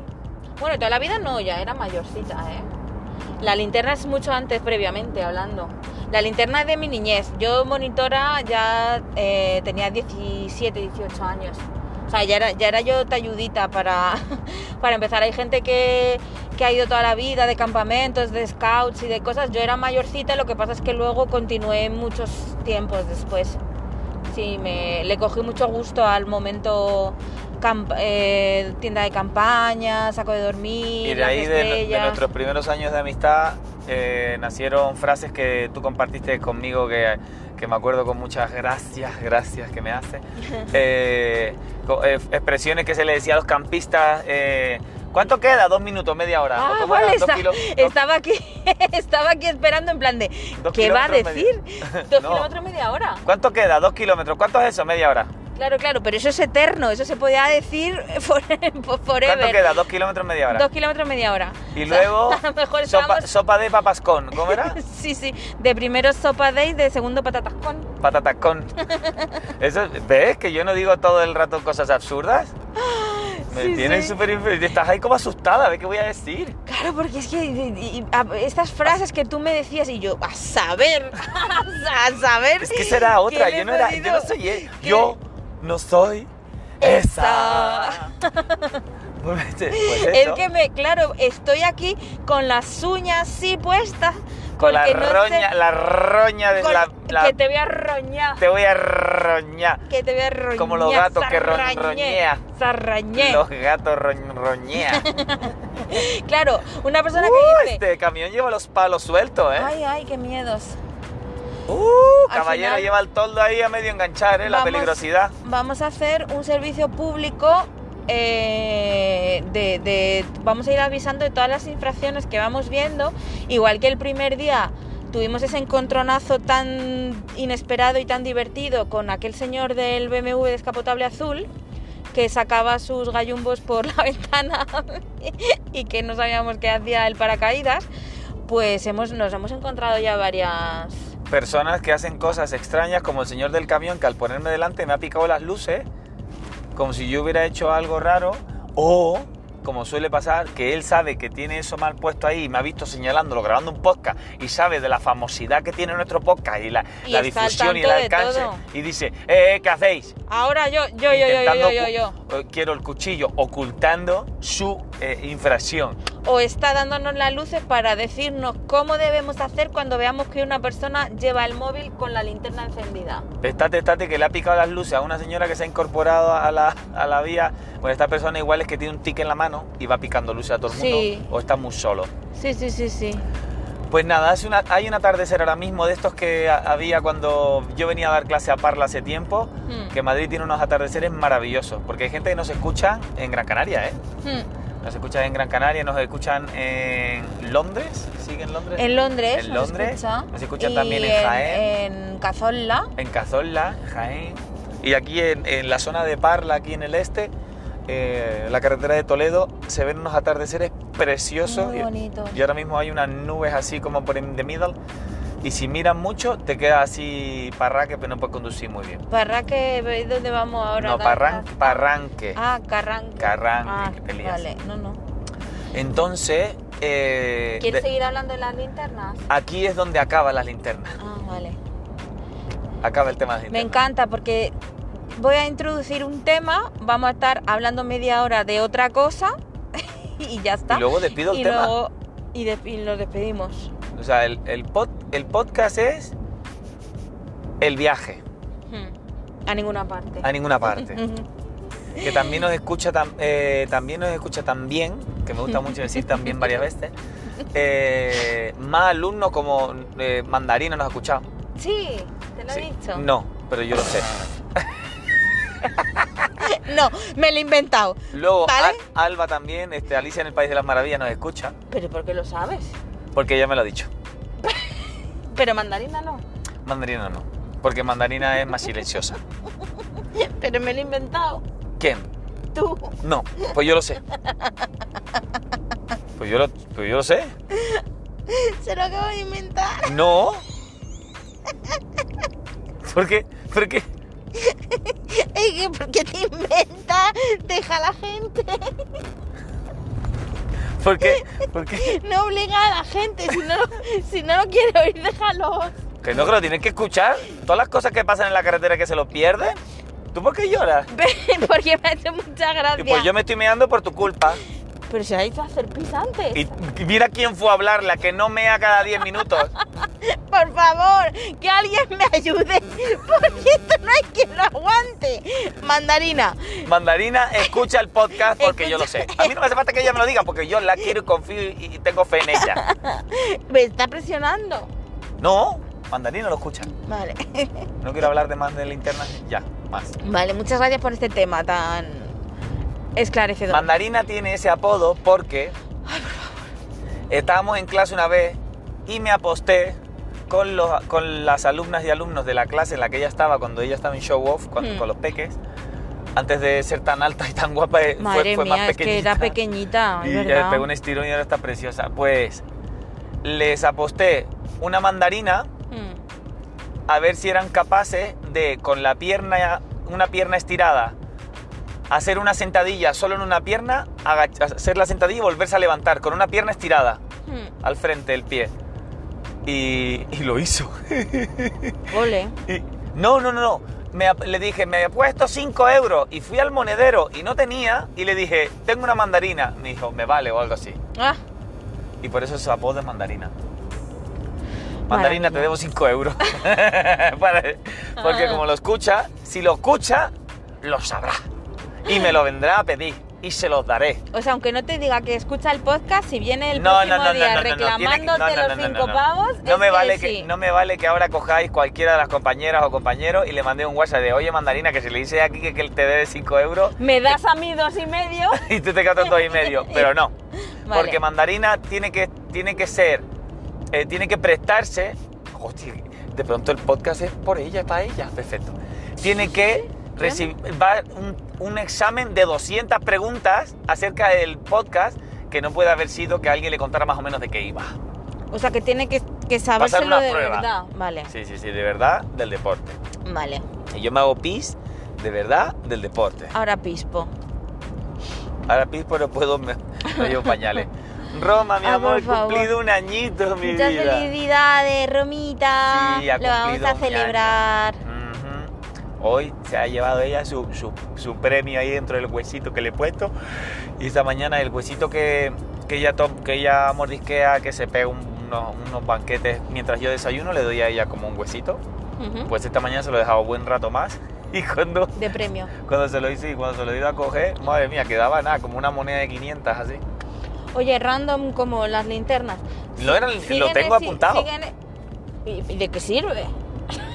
Speaker 3: Bueno, toda la vida no, ya era mayorcita, ¿eh? La linterna es mucho antes previamente hablando. La linterna es de mi niñez. Yo monitora ya eh, tenía 17, 18 años. O sea, ya era, ya era yo talludita para, para empezar. Hay gente que, que ha ido toda la vida de campamentos, de scouts y de cosas. Yo era mayorcita, lo que pasa es que luego continué muchos tiempos después. Sí, me, le cogí mucho gusto al momento camp- eh, tienda de campaña, saco de dormir,
Speaker 1: Y de
Speaker 3: las
Speaker 1: ahí, de, nu- de
Speaker 3: estrellas.
Speaker 1: nuestros primeros años de amistad, eh, nacieron frases que tú compartiste conmigo que, que me acuerdo con muchas gracias, gracias que me hace. Eh, co- eh, expresiones que se le decía a los campistas. eh, ¿Cuánto queda? Dos minutos, media hora.
Speaker 3: Ah,
Speaker 1: ¿O cómo era?
Speaker 3: vale,
Speaker 1: Dos
Speaker 3: está-
Speaker 1: kilo- dos-
Speaker 3: estaba aquí, estaba aquí esperando en plan de,
Speaker 1: dos
Speaker 3: ¿qué va a
Speaker 1: kilómetros media-
Speaker 3: decir? Dos
Speaker 1: No.
Speaker 3: kilómetros media hora.
Speaker 1: ¿Cuánto queda? Dos kilómetros. ¿Cuánto es eso? Media hora.
Speaker 3: Claro, claro, pero eso es eterno, eso se podía decir for- for- forever.
Speaker 1: ¿Cuánto queda? Dos kilómetros, media hora.
Speaker 3: Dos kilómetros media hora.
Speaker 1: Y
Speaker 3: O sea,
Speaker 1: luego,
Speaker 3: a lo mejor
Speaker 1: sopa,
Speaker 3: estábamos-
Speaker 1: sopa de papascón. ¿Cómo era?
Speaker 3: Sí, sí, de primero sopa day, de segundo patatascón.
Speaker 1: Patatascón. Eso, ¿Ves que yo no digo todo el rato cosas absurdas? Me
Speaker 3: Sí,
Speaker 1: tienes
Speaker 3: sí.
Speaker 1: súper... inf- Estás ahí como asustada. ¿Ves qué voy a decir?
Speaker 3: Claro, porque es que y- y- a- estas frases que tú me decías y yo, a saber, a saber.
Speaker 1: Es que será otra.
Speaker 3: le he
Speaker 1: Yo no, era,
Speaker 3: pedido?
Speaker 1: yo no soy... e-
Speaker 3: ¿Qué?
Speaker 1: Yo no soy... Esa.
Speaker 3: Esa.
Speaker 1: Pues
Speaker 3: El
Speaker 1: eso.
Speaker 3: que me, claro, estoy aquí con las uñas sí puestas,
Speaker 1: Con la
Speaker 3: Porque no
Speaker 1: roña,
Speaker 3: sé-
Speaker 1: la roña de
Speaker 3: Con-
Speaker 1: la, la-
Speaker 3: Que te voy a roñar.
Speaker 1: Te voy a roñar.
Speaker 3: Que te voy a roñar.
Speaker 1: Como los gatos que ro-
Speaker 3: zarrañé,
Speaker 1: roñea.
Speaker 3: zarrañé.
Speaker 1: Los gatos roñ- roñean.
Speaker 3: Claro, una persona
Speaker 1: Uh,
Speaker 3: que dice...
Speaker 1: este camión lleva los palos sueltos, ¿eh?
Speaker 3: Ay, ay, qué miedos.
Speaker 1: Uh,
Speaker 3: al
Speaker 1: caballero
Speaker 3: final-
Speaker 1: lleva el toldo ahí a medio enganchar, ¿eh? La
Speaker 3: Vamos.
Speaker 1: peligrosidad.
Speaker 3: Vamos a hacer un servicio público eh, de, de- Vamos a ir avisando de todas las infracciones que vamos viendo. Igual que el primer día tuvimos ese encontronazo tan inesperado y tan divertido con aquel señor del BMW descapotable azul que sacaba sus gallumbos por la ventana y que no sabíamos qué hacía el paracaídas, pues hemos, nos hemos encontrado ya varias...
Speaker 1: Personas que hacen cosas extrañas, como el señor del camión que al ponerme delante me ha picado las luces, como si yo hubiera hecho algo raro, o como suele pasar, que él sabe que tiene eso mal puesto ahí y me ha visto señalándolo, grabando un podcast y sabe de la famosidad que tiene nuestro podcast y la,
Speaker 3: Y
Speaker 1: la
Speaker 3: está al
Speaker 1: difusión y el
Speaker 3: tanto de
Speaker 1: alcance.
Speaker 3: todo.
Speaker 1: Y dice, eh, eh, ¿qué hacéis?
Speaker 3: Ahora yo, yo, yo, yo,
Speaker 1: Intentando
Speaker 3: yo, yo, yo.
Speaker 1: ocu- eh, Quiero el cuchillo, ocultando su eh, infracción.
Speaker 3: o está dándonos las luces para decirnos cómo debemos hacer cuando veamos que una persona lleva el móvil con la linterna encendida.
Speaker 1: Estate, estate, que le ha picado las luces a una señora que se ha incorporado a la, a la vía. Bueno, esta persona igual es que tiene un tic en la mano y va picando luces a todo el mundo.
Speaker 3: Sí.
Speaker 1: O está muy solo.
Speaker 3: Sí, sí, sí, sí.
Speaker 1: Pues nada, hace una- hay un atardecer ahora mismo de estos que ha- había cuando yo venía a dar clase a Parla hace tiempo.
Speaker 3: Hmm,
Speaker 1: Que Madrid tiene unos atardeceres maravillosos. Porque hay gente que nos escucha en Gran Canaria, ¿eh?
Speaker 3: hmm.
Speaker 1: Nos escuchan en Gran Canaria, nos escuchan en Londres. ¿Sigue en Londres?
Speaker 3: En Londres,
Speaker 1: En
Speaker 3: nos
Speaker 1: Londres,
Speaker 3: escucha.
Speaker 1: nos escucha
Speaker 3: Y
Speaker 1: también en Jaén.
Speaker 3: En Cazorla.
Speaker 1: en Cazorla, en Jaén. Y aquí en, en la zona de Parla, aquí en el este, eh, la carretera de Toledo, se ven unos atardeceres preciosos.
Speaker 3: Muy
Speaker 1: Y-
Speaker 3: bonito.
Speaker 1: Y, ahora mismo hay unas nubes así como por en the middle. Y si miras mucho, te queda así parraque, pero no puedes conducir muy bien.
Speaker 3: Parraque, ¿veis dónde vamos ahora?
Speaker 1: no,
Speaker 3: Da-
Speaker 1: parran-
Speaker 3: da-
Speaker 1: parranque.
Speaker 3: Ah, Carranque.
Speaker 1: Carranque,
Speaker 3: Ah,
Speaker 1: que te lías.
Speaker 3: vale, no, no.
Speaker 1: Entonces, eh,
Speaker 3: ¿Quieres
Speaker 1: de-
Speaker 3: seguir hablando de las linternas?
Speaker 1: aquí es donde acaban las linternas.
Speaker 3: Ah, vale.
Speaker 1: Acaba el tema de las
Speaker 3: Me
Speaker 1: linternas.
Speaker 3: encanta porque voy a introducir un tema, vamos a estar hablando media hora de otra cosa y ya está.
Speaker 1: Y luego despido el
Speaker 3: Y
Speaker 1: tema.
Speaker 3: luego- y de- y nos despedimos.
Speaker 1: O sea, el, el pod- el podcast es el viaje
Speaker 3: Hmm. A ninguna parte.
Speaker 1: a ninguna parte. que también nos escucha tam- eh, también nos escucha también que me gusta mucho decir también varias veces eh, más alumnos como eh, mandarina nos ha escuchado
Speaker 3: sí, te lo
Speaker 1: Sí.
Speaker 3: he dicho.
Speaker 1: no pero yo lo sé
Speaker 3: No, me lo he inventado.
Speaker 1: luego
Speaker 3: ¿Vale?
Speaker 1: Al- Alba también este Alicia en el país de las maravillas nos escucha
Speaker 3: Pero ¿por qué lo sabes?
Speaker 1: porque ella me lo ha dicho
Speaker 3: Pero mandarina no.
Speaker 1: mandarina no porque mandarina es más silenciosa
Speaker 3: Pero me lo he inventado.
Speaker 1: quién
Speaker 3: Tú.
Speaker 1: no pues yo lo sé pues yo lo, pues yo lo sé
Speaker 3: Se lo acabo de inventar.
Speaker 1: No. ¿Por qué? ¿Por qué?
Speaker 3: Es que porque te inventas, deja a la gente.
Speaker 1: ¿Por qué? ¿Por qué?
Speaker 3: No obliga a la gente. Si no, si no lo quiere oír, déjalo.
Speaker 1: Que no, que lo tienen que escuchar. Todas las cosas que pasan en la carretera que se lo pierden. ¿Tú por qué lloras?
Speaker 3: Porque me ha hecho mucha
Speaker 1: Y
Speaker 3: gracia.
Speaker 1: pues yo me estoy meando por tu culpa.
Speaker 3: Pero se ha ido a hacer pis antes.
Speaker 1: Y mira quién fue a hablar, la que no mea cada 10 minutos.
Speaker 3: Por favor, que alguien me ayude. Porque esto no hay quien lo aguante. Mandarina.
Speaker 1: Mandarina, escucha el podcast porque yo lo sé. A mí no me hace falta que ella me lo diga porque yo la quiero y confío y y tengo fe en ella.
Speaker 3: Me está presionando.
Speaker 1: No, Mandarina lo escucha.
Speaker 3: Vale.
Speaker 1: No quiero hablar de más de linterna. Ya, más.
Speaker 3: Vale, muchas gracias por este tema tan esclarecedor.
Speaker 1: Mandarina tiene ese apodo porque estábamos en clase una vez y me aposté con, los, con las alumnas y alumnos de la clase en la que ella estaba cuando ella estaba en show off cuando-
Speaker 3: Hmm.
Speaker 1: con los peques. Antes de ser tan alta y tan guapa, eh, fue-
Speaker 3: Madre
Speaker 1: fue,
Speaker 3: mía,
Speaker 1: más
Speaker 3: es que era
Speaker 1: pequeñita.
Speaker 3: pequeñita, es
Speaker 1: Y ya le
Speaker 3: verdad.
Speaker 1: pegó un estirón y ahora está preciosa. Pues les aposté una mandarina
Speaker 3: Mm.
Speaker 1: a ver si eran capaces de con la pierna una pierna estirada hacer una sentadilla solo en una pierna agach- hacer la sentadilla y volverse a levantar con una pierna estirada
Speaker 3: Mm.
Speaker 1: al frente del pie y, y lo hizo
Speaker 3: Ole.
Speaker 1: Y- no no no no me, ap- le dije me he puesto 5 euros y fui al monedero y no tenía y le dije tengo una mandarina me dijo me vale o algo así
Speaker 3: Ah,
Speaker 1: y por eso se apodo es mandarina Mandarina, te debo 5 euros. Para-
Speaker 3: Ah.
Speaker 1: Porque como lo escucha, si lo escucha, lo sabrá. Y me lo vendrá a pedir. Y se los daré.
Speaker 3: O sea, aunque no te diga que escucha el podcast, si viene el
Speaker 1: No,
Speaker 3: próximo
Speaker 1: no, no, no,
Speaker 3: día
Speaker 1: no, no, no, tiene que- no,
Speaker 3: reclamándote
Speaker 1: no, no,
Speaker 3: los
Speaker 1: no, no,
Speaker 3: cinco
Speaker 1: no.
Speaker 3: pavos,
Speaker 1: No
Speaker 3: es
Speaker 1: me, vale que,
Speaker 3: sí.
Speaker 1: no me vale que ahora cojáis cualquiera de las compañeras o compañeros y le mandéis un WhatsApp de, oye, mandarina, que si le dices aquí que, que te debe 5 euros
Speaker 3: Me das a mí dos y medio.
Speaker 1: y tú te quedas con dos y medio. Pero no.
Speaker 3: Vale.
Speaker 1: Porque mandarina tiene que, tiene que ser, eh, tiene que prestarse. Hostia, de pronto el podcast es por ella, es para ella. Perfecto. Tiene que recibir va un, un examen de 200 preguntas acerca del podcast que no puede haber sido que alguien le contara más o menos de qué iba.
Speaker 3: O sea, que tiene que, que
Speaker 1: una
Speaker 3: sabérselo de
Speaker 1: prueba.
Speaker 3: verdad. Vale,
Speaker 1: Sí, sí, sí, de verdad, del deporte.
Speaker 3: vale.
Speaker 1: Y yo me hago pis, de verdad, del deporte.
Speaker 3: Ahora pispo.
Speaker 1: Ahora pis, pero puedo, me, me llevo pañales. Roma, mi
Speaker 3: Ah,
Speaker 1: amor, he
Speaker 3: por favor.
Speaker 1: cumplido un añito, mi
Speaker 3: Muchas
Speaker 1: vida.
Speaker 3: felicidades, Romita.
Speaker 1: Sí, ha
Speaker 3: Lo vamos
Speaker 1: cumplido
Speaker 3: a
Speaker 1: un año.
Speaker 3: celebrar.
Speaker 1: Ujú. Hoy se ha llevado ella su, su- su premio ahí dentro del huesito que le he puesto. Y esta mañana el huesito que, que, ella, to- que ella mordisquea, que se pega un- unos, unos banquetes mientras yo desayuno, le doy a ella como un huesito.
Speaker 3: Ujú.
Speaker 1: Pues esta mañana se lo he dejado buen rato más. Y cuando,
Speaker 3: De premio.
Speaker 1: cuando se lo hice y cuando se lo he ido a coger, madre mía, quedaba nada, como una moneda de 500 así.
Speaker 3: Oye, random como las linternas.
Speaker 1: Lo, era- lo
Speaker 3: Siguen
Speaker 1: tengo
Speaker 3: exi-
Speaker 1: apuntado
Speaker 3: siguen- e- ¿Y, y de qué sirve?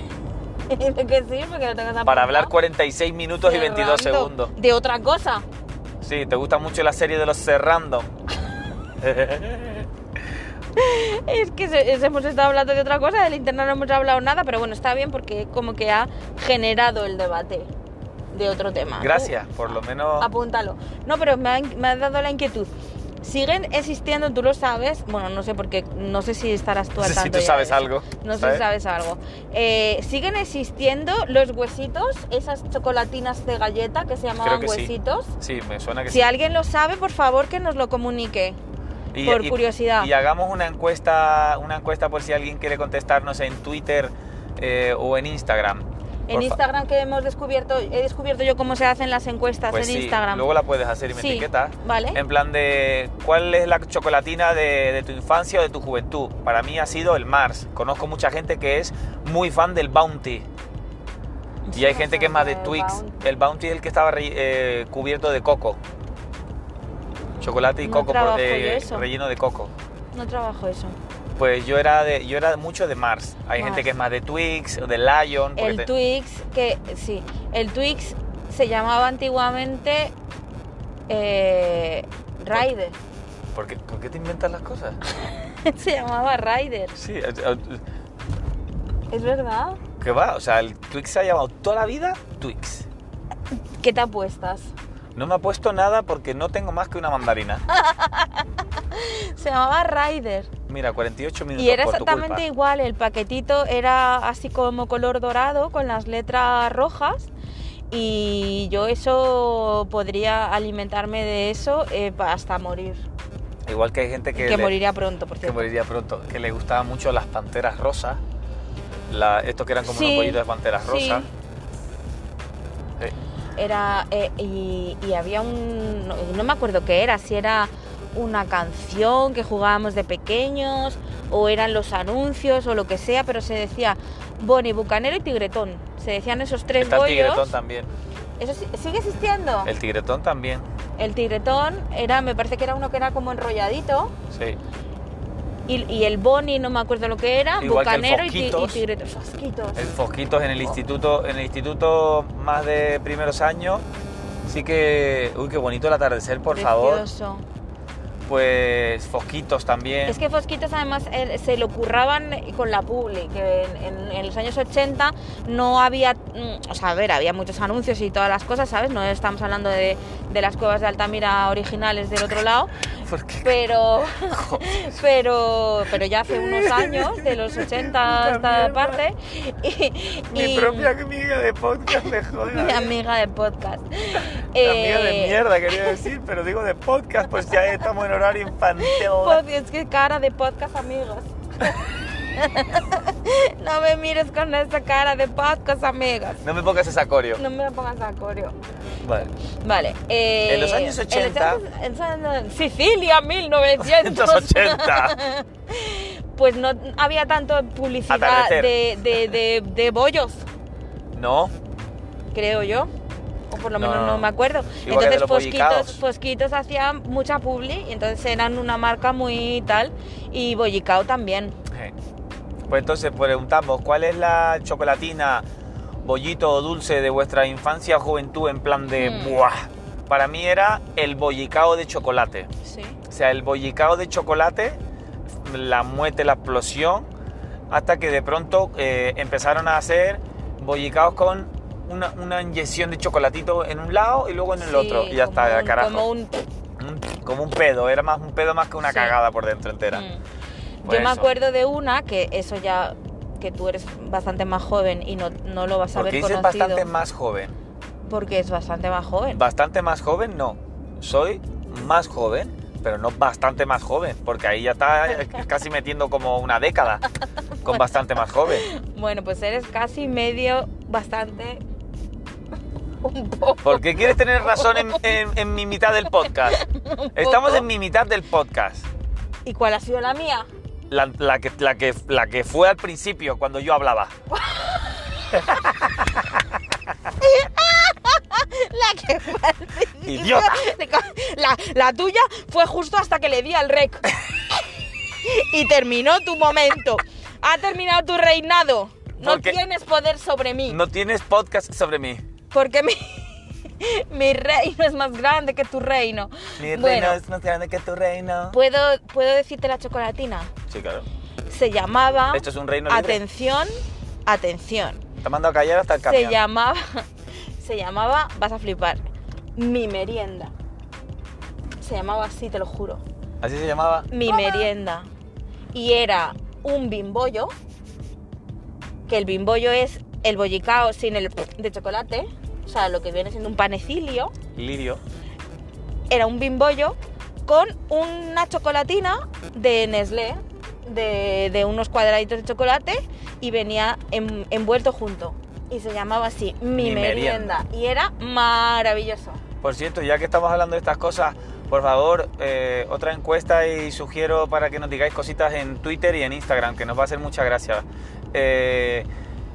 Speaker 3: ¿De qué sirve que lo tengas
Speaker 1: para
Speaker 3: apuntado?
Speaker 1: hablar 46 minutos y
Speaker 3: De
Speaker 1: 22
Speaker 3: random,
Speaker 1: segundos.
Speaker 3: De otra cosa.
Speaker 1: Sí, te gusta mucho la serie de los Serrandom.
Speaker 3: Es que se- se- hemos estado hablando de otra cosa, del internet no hemos hablado nada, pero bueno, está bien porque como que ha generado el debate de otro tema.
Speaker 1: Gracias, por lo menos.
Speaker 3: Tú, apúntalo. No, pero me ha, me ha dado la inquietud. Siguen existiendo, tú lo sabes, bueno, no sé porque no sé si estarás tú
Speaker 1: No
Speaker 3: al
Speaker 1: sé si
Speaker 3: tanto
Speaker 1: tú
Speaker 3: ya
Speaker 1: sabes
Speaker 3: de eso.
Speaker 1: algo,
Speaker 3: No sé
Speaker 1: ¿sabes?
Speaker 3: si sabes algo. Eh, ¿Siguen existiendo los huesitos, esas chocolatinas de galleta que se llamaban
Speaker 1: que sí.
Speaker 3: huesitos?
Speaker 1: Sí, me suena que
Speaker 3: Si
Speaker 1: sí.
Speaker 3: alguien lo sabe, por favor que nos lo comunique. por curiosidad.
Speaker 1: Y hagamos una encuesta, una encuesta por si alguien quiere contestarnos en Twitter eh, o en Instagram.
Speaker 3: En
Speaker 1: Por fa-
Speaker 3: Instagram que hemos descubierto, he descubierto yo cómo se hacen las encuestas
Speaker 1: Pues
Speaker 3: en
Speaker 1: sí,
Speaker 3: Instagram.
Speaker 1: Luego Em. la puedes hacer y me
Speaker 3: Sí, ¿Eh?
Speaker 1: etiquetas.
Speaker 3: vale.
Speaker 1: En plan de cuál es la chocolatina de, de tu infancia o de tu juventud. Para mí ha sido el Mars. Conozco mucha gente que es muy fan del Bounty. Y hay gente que es más de Twix. El Bounty es el que estaba re- eh, cubierto de coco. Chocolate y
Speaker 3: No
Speaker 1: coco por-
Speaker 3: trabajo
Speaker 1: eh,
Speaker 3: yo eso.
Speaker 1: relleno de coco.
Speaker 3: No trabajo eso.
Speaker 1: Pues yo era de, yo era mucho de Mars. Hay gente
Speaker 3: Mars.
Speaker 1: que es más de Twix, o de Lion. porque
Speaker 3: El
Speaker 1: te-
Speaker 3: Twix, que sí, el Twix se llamaba antiguamente eh, Rider.
Speaker 1: ¿Por qué, por qué te inventas las cosas?
Speaker 3: se llamaba Rider.
Speaker 1: Sí, eh, eh,
Speaker 3: Es verdad.
Speaker 1: ¿qué va? O sea, el Twix se ha llamado toda la vida Twix.
Speaker 3: ¿Qué te apuestas?
Speaker 1: No me ha puesto nada porque no tengo más que una mandarina.
Speaker 3: Se llamaba Rider.
Speaker 1: Mira, 48 minutos
Speaker 3: Y era
Speaker 1: por tu
Speaker 3: exactamente
Speaker 1: culpa.
Speaker 3: igual, el paquetito era así como color dorado con las letras rojas y yo eso podría alimentarme de eso eh, pa- hasta morir.
Speaker 1: Igual que hay gente
Speaker 3: Que,
Speaker 1: que, le-
Speaker 3: moriría pronto, por
Speaker 1: que
Speaker 3: cierto.
Speaker 1: moriría pronto, que le gustaban mucho las panteras rosas, la, estos que eran como
Speaker 3: Sí,
Speaker 1: unos pollitos de panteras
Speaker 3: sí.
Speaker 1: rosas. Sí.
Speaker 3: Era, eh, y, y había un... No, no me acuerdo qué era, si era una canción que jugábamos de pequeños o eran los anuncios o lo que sea, pero se decía Bonnie, Bucanero y Tigretón. Se decían esos tres
Speaker 1: Está el
Speaker 3: bollos.
Speaker 1: tigretón también.
Speaker 3: ¿Eso si- sigue existiendo?
Speaker 1: El tigretón también,
Speaker 3: El tigretón era, me parece que era uno que era como enrolladito.
Speaker 1: sí.
Speaker 3: Y, y el boni, no me acuerdo lo que era,
Speaker 1: Igual que el
Speaker 3: bucanero y ti- y,
Speaker 1: fosquitos.
Speaker 3: tigretón. Fosquitos.
Speaker 1: El Fosquitos en el instituto, en el instituto más de primeros años. Sí que, uy, qué bonito el atardecer, por favor.
Speaker 3: Precioso.
Speaker 1: Pues Fosquitos también.
Speaker 3: Es que Fosquitos además eh, se lo curraban con la publi, que en, en- en los años 80 no había, mm, o sea, a ver, había muchos anuncios y todas las cosas, ¿sabes? No estamos hablando de, de las cuevas de Altamira originales del otro lado,
Speaker 1: ¿Por qué?
Speaker 3: pero pero pero ya hace unos años de los 80 a esta
Speaker 1: Mierda.
Speaker 3: parte y,
Speaker 1: Mi
Speaker 3: y-
Speaker 1: propia amiga de podcast me jode.
Speaker 3: mi amiga de podcast
Speaker 1: Amiga de
Speaker 3: Eh,
Speaker 1: mierda, quería decir, pero digo de podcast, pues ya estamos en horario infantil.
Speaker 3: pod- pues, es que cara de podcast amigos no me mires con esa cara de podcast amigos
Speaker 1: No me pongas esa coreo.
Speaker 3: no me la pongas a coreo
Speaker 1: Vale.
Speaker 3: vale eh,
Speaker 1: En los años
Speaker 3: en los
Speaker 1: 80.
Speaker 3: años- en Sicilia 1980
Speaker 1: 180.
Speaker 3: pues no había tanto publicidad
Speaker 1: Atardecer.
Speaker 3: de, de- de- de bollos,
Speaker 1: No,
Speaker 3: creo yo. O por lo
Speaker 1: No,
Speaker 3: menos
Speaker 1: no,
Speaker 3: no,
Speaker 1: no.
Speaker 3: me acuerdo.
Speaker 1: que de
Speaker 3: entonces
Speaker 1: los bollicaos.
Speaker 3: Fosquitos, Fosquitos hacían mucha publi y entonces eran una marca muy tal. Y Bollicao también.
Speaker 1: Eh. Pues entonces preguntamos, ¿cuál es la chocolatina, bollito o dulce de vuestra infancia o juventud en plan de
Speaker 3: Mm.
Speaker 1: buah? Para mí era el bollicao de chocolate.
Speaker 3: Sí.
Speaker 1: O sea, el bollicao de chocolate, la muerte, la explosión, hasta que de pronto eh, empezaron a hacer bollicaos con una, una inyección de chocolatito en un lado y luego en el otro. Y ya
Speaker 3: como
Speaker 1: está,
Speaker 3: un-
Speaker 1: carajo.
Speaker 3: como un-
Speaker 1: Mm, como un pedo, era más un pedo más que una
Speaker 3: Sí.
Speaker 1: cagada por dentro entera.
Speaker 3: Mm.
Speaker 1: Pues
Speaker 3: Yo me
Speaker 1: eso.
Speaker 3: acuerdo de una que eso ya que tú eres bastante más joven y no, no lo vas a
Speaker 1: Porque
Speaker 3: haber
Speaker 1: dices
Speaker 3: conocido
Speaker 1: bastante más joven.
Speaker 3: porque es bastante más joven.
Speaker 1: Bastante más joven, no. Soy más joven, pero no bastante más joven, porque ahí ya está eh, casi metiendo como una década con bastante más joven.
Speaker 3: Bueno, pues eres casi medio bastante un poco.
Speaker 1: Porque quieres tener razón en, en- en mi mitad del podcast. Estamos en mi mitad del podcast.
Speaker 3: ¿Y cuál ha sido la mía?
Speaker 1: La, la que, la, que, la que fue al principio cuando yo hablaba.
Speaker 3: La que fue al principio.
Speaker 1: Idiota.
Speaker 3: La, la tuya fue justo hasta que le di al rec. y terminó tu momento. Ha terminado tu reinado. No
Speaker 1: Porque-
Speaker 3: tienes poder sobre mí.
Speaker 1: No tienes podcast sobre mí.
Speaker 3: Porque mi, mi reino es más grande que tu reino.
Speaker 1: Mi reino
Speaker 3: bueno, Pues-
Speaker 1: es más grande que tu reino.
Speaker 3: ¿puedo, ¿puedo decirte la chocolatina?
Speaker 1: Sí, claro.
Speaker 3: Se llamaba...
Speaker 1: Esto es un reino libre.
Speaker 3: atención, atención.
Speaker 1: Te mando a callar hasta el
Speaker 3: Se
Speaker 1: camión.
Speaker 3: llamaba... Se llamaba, vas a flipar, mi merienda. Se llamaba así, te lo juro.
Speaker 1: Así se llamaba.
Speaker 3: Mi merienda. Y era un bimbollo, que el bimbollo es el bollicao sin el de chocolate, o sea, lo que viene siendo un panecilio.
Speaker 1: Lirio.
Speaker 3: era un bimbollo con una chocolatina de Nestlé, de, de unos cuadraditos de chocolate, y venía en- envuelto junto. Y se llamaba así, mi,
Speaker 1: Mi merienda.
Speaker 3: merienda. Y era maravilloso.
Speaker 1: Por cierto, ya que estamos hablando de estas cosas, por favor, eh, otra encuesta y sugiero para que nos digáis cositas en Twitter y en Instagram, que nos va a hacer mucha gracia. Eh,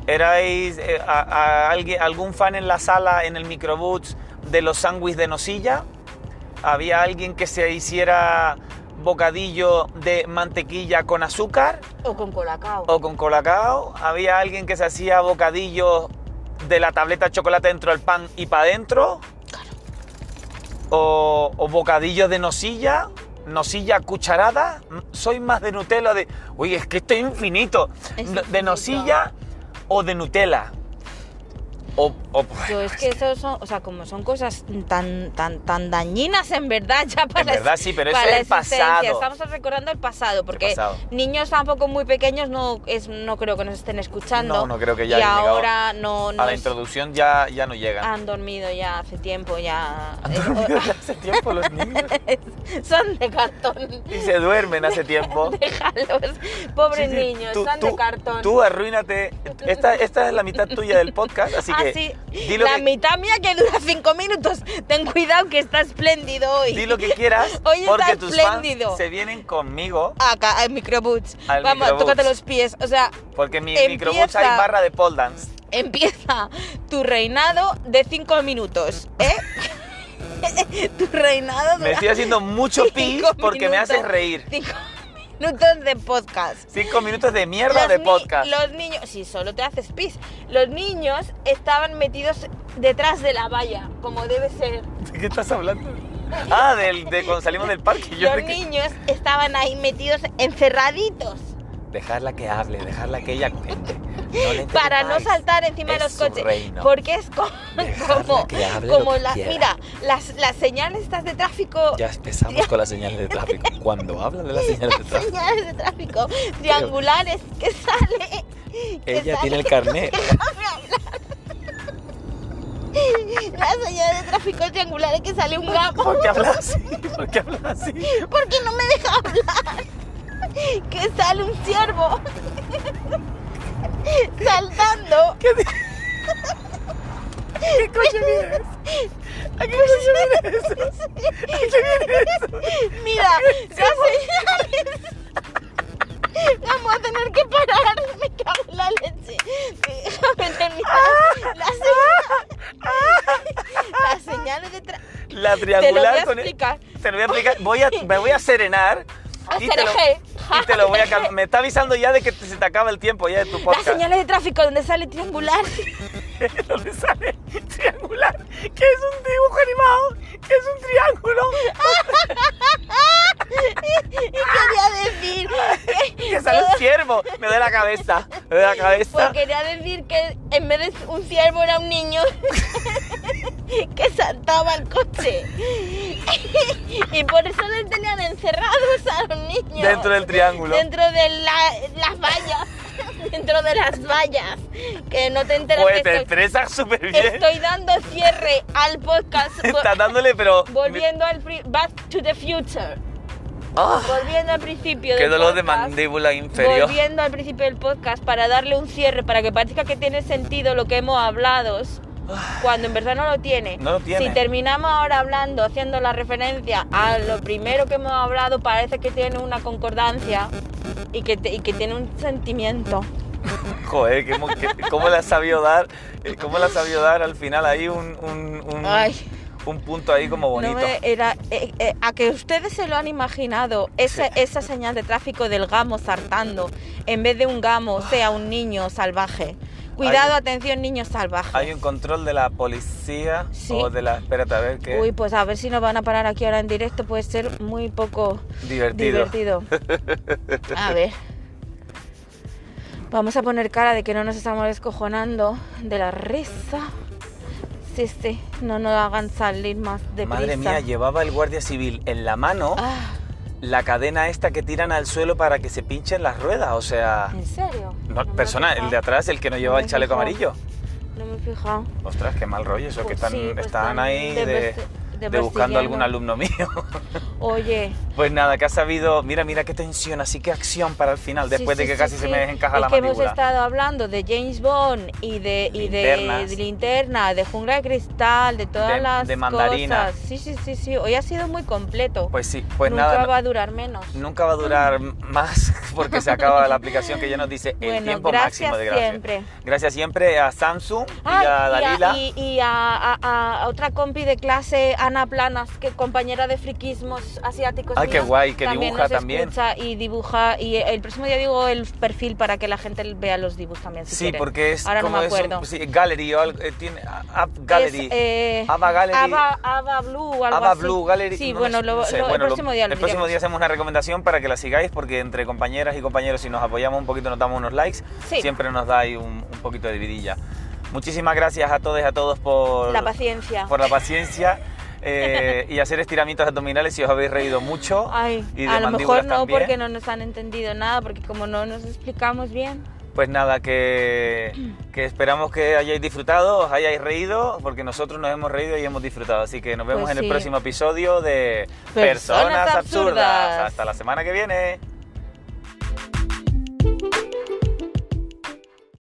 Speaker 1: ¿Erais eh, a- a alguien- algún fan en la sala, en el microbús, de los sándwiches de nosilla? ¿Había alguien que se hiciera bocadillo de mantequilla con azúcar
Speaker 3: O con colacao.
Speaker 1: o con colacao? ¿Había alguien que se hacía bocadillo de la tableta de chocolate dentro del pan y para adentro? o, o bocadillos de nosilla, nosilla cucharada. M- Soy más de Nutella de. Uy, es que esto es infinito.
Speaker 3: Es
Speaker 1: No- De
Speaker 3: infinito.
Speaker 1: nosilla o de Nutella. O, o-
Speaker 3: Yo es que eso son, o sea, como son cosas tan, tan, tan dañinas en verdad ya para
Speaker 1: En
Speaker 3: la-
Speaker 1: verdad sí, pero eso es
Speaker 3: para la
Speaker 1: el
Speaker 3: existencia.
Speaker 1: pasado.
Speaker 3: Estamos recordando el pasado, porque
Speaker 1: pasado.
Speaker 3: niños tampoco muy pequeños no es, no creo que nos estén escuchando.
Speaker 1: No, no creo que ya
Speaker 3: Y
Speaker 1: hayan llegado
Speaker 3: ahora no,
Speaker 1: a la
Speaker 3: nos- Ah,
Speaker 1: introducción ya, ya no llega.
Speaker 3: han dormido ya hace tiempo, ya eh,
Speaker 1: Han dormido ya hace tiempo los niños.
Speaker 3: son de cartón.
Speaker 1: Y se duermen hace tiempo.
Speaker 3: Déjalos, pobres
Speaker 1: Sí, sí,
Speaker 3: niños,
Speaker 1: tú-
Speaker 3: son
Speaker 1: tú-
Speaker 3: de cartón.
Speaker 1: Tú arruínate. Esta, esta es la mitad tuya del podcast, así
Speaker 3: Ah,
Speaker 1: que.
Speaker 3: sí.
Speaker 1: di lo
Speaker 3: La
Speaker 1: que-
Speaker 3: mitad mía que dura cinco minutos. Ten cuidado que está espléndido hoy.
Speaker 1: Di lo que quieras,
Speaker 3: Hoy está
Speaker 1: porque tus
Speaker 3: espléndido.
Speaker 1: fans se vienen conmigo,
Speaker 3: Acá, al microboots.
Speaker 1: Al
Speaker 3: Vamos,
Speaker 1: microboots.
Speaker 3: tócate los pies. O sea,
Speaker 1: porque en mi
Speaker 3: Empieza.
Speaker 1: microbús hay barra de pole dance.
Speaker 3: empieza tu reinado de cinco minutos, ¿eh? tu reinado
Speaker 1: Me
Speaker 3: dura
Speaker 1: estoy haciendo mucho pis
Speaker 3: cinco
Speaker 1: porque me haces
Speaker 3: minutos.
Speaker 1: reír.
Speaker 3: Cinco minutos de podcast.
Speaker 1: Cinco minutos de mierda
Speaker 3: Los
Speaker 1: de
Speaker 3: ni-
Speaker 1: podcast.
Speaker 3: Los niños, si solo te haces pis, los niños estaban metidos detrás de la valla, como debe ser.
Speaker 1: ¿De qué estás hablando? Ah, del, de cuando salimos del parque. Yo
Speaker 3: los
Speaker 1: de que-
Speaker 3: niños estaban ahí metidos encerraditos
Speaker 1: Dejarla que hable, dejarla que ella cuente. No le
Speaker 3: para no
Speaker 1: interrumpáis.
Speaker 3: saltar encima
Speaker 1: Es
Speaker 3: de los
Speaker 1: su
Speaker 3: coches.
Speaker 1: reino.
Speaker 3: Porque es co-
Speaker 1: Dejadla
Speaker 3: como,
Speaker 1: que hable lo
Speaker 3: como
Speaker 1: que
Speaker 3: las,
Speaker 1: quiera.
Speaker 3: mira, las, las señales estas de tráfico.
Speaker 2: Ya empezamos con las señales de tráfico. Cuando hablan de las señales de tráfico,
Speaker 3: Señales de tráfico triangulares que sale. que
Speaker 2: ella
Speaker 3: sale-
Speaker 2: tiene el carnet.
Speaker 3: Déjame hablar. Las señales de tráfico triangulares que sale un gato.
Speaker 1: ¿Por qué hablas así? ¿Por qué hablas así?
Speaker 3: Porque no me deja hablar. Que sale un ciervo. Saltando. ¿Qué, coño viene ¿A qué coño viene eso? Mira, las señales. Vamos a tener que parar. Me cago en la leche. Déjame terminar. La señal. Las señales de tra-
Speaker 1: La
Speaker 3: Te lo voy a
Speaker 1: triangular con el-
Speaker 3: explicar.
Speaker 1: Te lo voy a explicar. Voy a, me voy a serenar. Y te, lo,
Speaker 3: Acerejé.
Speaker 1: y te lo voy a cal- Me está avisando ya de que te- se te acaba el tiempo ya de tu
Speaker 3: Las
Speaker 1: podcast.
Speaker 3: señales de tráfico donde sale triangular.
Speaker 1: donde sale triangular, que es un dibujo animado, que es un triángulo,
Speaker 3: Y quería decir. que-
Speaker 1: que sale un ciervo. Me duele la cabeza, me duele la
Speaker 3: Pues
Speaker 1: cabeza.
Speaker 3: quería decir que en vez de un ciervo era un niño que saltaba al coche. y por eso les tenían encerrados a los niños.
Speaker 1: Dentro del triángulo.
Speaker 3: Dentro de la- las vallas. dentro de las vallas. Que no te enteras
Speaker 1: Pues te
Speaker 3: que estoy,
Speaker 1: expresas súper bien.
Speaker 3: estoy dando cierre al podcast. vol-
Speaker 1: Estás dándole, pero.
Speaker 3: volviendo al pri- Back to the Future.
Speaker 1: Ah,
Speaker 3: Volviendo al principio
Speaker 1: ¡Qué
Speaker 3: del
Speaker 1: dolor de
Speaker 3: podcast.
Speaker 1: mandíbula inferior!
Speaker 3: Volviendo al principio del podcast para darle un cierre, para que parezca que tiene sentido lo que hemos hablado, cuando en verdad no lo tiene.
Speaker 1: Ah. No lo tiene.
Speaker 3: Si terminamos ahora hablando, haciendo la referencia a lo primero que hemos hablado, parece que tiene una concordancia y que, te- y que tiene un sentimiento.
Speaker 1: Joder, qué mo- qué- ¿cómo la has sabido dar? eh, ¿Cómo la has sabido dar al final ahí un, un, un-
Speaker 3: Ay.
Speaker 1: un punto ahí como bonito?
Speaker 3: No me- era, eh, eh, a que ustedes se lo han imaginado, esa, esa señal de tráfico del gamo saltando, en vez de un gamo,
Speaker 1: Ah.
Speaker 3: sea un niño salvaje. Cuidado,
Speaker 1: Hay-
Speaker 3: atención, niños salvajes.
Speaker 1: Hay un control de la policía
Speaker 3: Sí.
Speaker 1: o de la. Espérate a ver qué.
Speaker 3: Uy, pues a ver si nos van a parar aquí ahora en directo, puede ser muy poco
Speaker 1: divertido.
Speaker 3: divertido. A ver. Vamos a poner cara de que no nos estamos descojonando de la risa. Sí, sí, no nos hagan salir más de
Speaker 1: Madre mía, llevaba el guardia civil en la mano
Speaker 3: Ah,
Speaker 1: la cadena esta que tiran al suelo para que se pinchen las ruedas. O sea,
Speaker 3: ¿En serio?
Speaker 1: no,
Speaker 3: me he
Speaker 1: persona, el de
Speaker 3: fijado,
Speaker 1: atrás, el que no
Speaker 3: No
Speaker 1: lleva
Speaker 3: me
Speaker 1: el chaleco
Speaker 3: fijaba.
Speaker 1: amarillo.
Speaker 3: No me he fijado.
Speaker 1: Ostras, qué mal rollo, eso
Speaker 3: Pues
Speaker 1: que están,
Speaker 3: sí,
Speaker 1: están
Speaker 3: pues están
Speaker 1: ahí
Speaker 3: de
Speaker 1: de,
Speaker 3: vesti- de
Speaker 1: de buscando algún
Speaker 3: persiguiendo.
Speaker 1: alumno mío.
Speaker 3: Oye.
Speaker 1: Pues nada, que ha sabido, mira, mira qué tensión, así que acción para el final,
Speaker 3: sí,
Speaker 1: después
Speaker 3: sí,
Speaker 1: de que
Speaker 3: sí,
Speaker 1: casi se
Speaker 3: sí.
Speaker 1: me desencaja
Speaker 3: Es
Speaker 1: la
Speaker 3: que hemos
Speaker 1: mandíbula.
Speaker 3: estado hablando de James Bond y de, y de,
Speaker 1: Linternas.
Speaker 3: de linterna, de jungla de cristal, de todas
Speaker 1: De-
Speaker 3: las
Speaker 1: de mandarina.
Speaker 3: cosas. Sí, sí, sí, sí. Hoy ha sido muy completo.
Speaker 1: Pues sí, pues
Speaker 3: Nunca
Speaker 1: nada,
Speaker 3: va a durar menos.
Speaker 1: nunca va a durar más porque se acaba la aplicación que ya nos dice el
Speaker 3: Bueno,
Speaker 1: tiempo
Speaker 3: gracias
Speaker 1: máximo de gracia.
Speaker 3: siempre.
Speaker 1: Gracias siempre a Samsung y a
Speaker 3: Ah, y,
Speaker 1: Dalila.
Speaker 3: a, y- y a- a- a otra compi de clase, Ana Planas, que compañera de friquismos asiáticos.
Speaker 1: Ay, qué
Speaker 3: míos,
Speaker 1: guay, que dibuja
Speaker 3: nos
Speaker 1: también.
Speaker 3: escucha y dibuja. Y el próximo día digo el perfil para que la gente vea los dibujos también. Si
Speaker 1: sí,
Speaker 3: quieren.
Speaker 1: porque es
Speaker 3: Ahora
Speaker 1: como
Speaker 3: no me
Speaker 1: es un-
Speaker 3: acuerdo.
Speaker 1: sí, gallery o algo, eh, tiene App Gallery.
Speaker 3: Es, eh,
Speaker 1: Ava Gallery.
Speaker 3: Ava, Ava Blue o algo
Speaker 1: Ava
Speaker 3: así.
Speaker 1: Blue Gallery.
Speaker 3: Sí,
Speaker 1: no
Speaker 3: bueno,
Speaker 1: sé,
Speaker 3: lo-
Speaker 1: no sé,
Speaker 3: lo-
Speaker 1: bueno,
Speaker 3: el próximo día lo
Speaker 1: El próximo
Speaker 3: diremos.
Speaker 1: día hacemos una recomendación para que la sigáis porque entre compañeras y compañeros si nos apoyamos un poquito nos damos unos likes,
Speaker 3: Sí.
Speaker 1: siempre nos da ahí un, un poquito de vidilla. Muchísimas gracias a todos y a todos por
Speaker 3: La paciencia.
Speaker 1: por la paciencia eh, y hacer estiramientos abdominales si os habéis reído mucho.
Speaker 3: Ay,
Speaker 1: y de
Speaker 3: a lo mejor
Speaker 1: mandíbulas
Speaker 3: no
Speaker 1: también.
Speaker 3: porque no nos han entendido nada, porque como no nos explicamos bien.
Speaker 1: Pues nada, que, que esperamos que hayáis disfrutado, os hayáis reído, porque nosotros nos hemos reído y hemos disfrutado. Así que nos vemos
Speaker 3: Pues
Speaker 1: en el
Speaker 3: sí.
Speaker 1: próximo episodio de
Speaker 3: Personas
Speaker 1: Personas Absurdas.
Speaker 3: Absurdas.
Speaker 1: Hasta la semana que viene.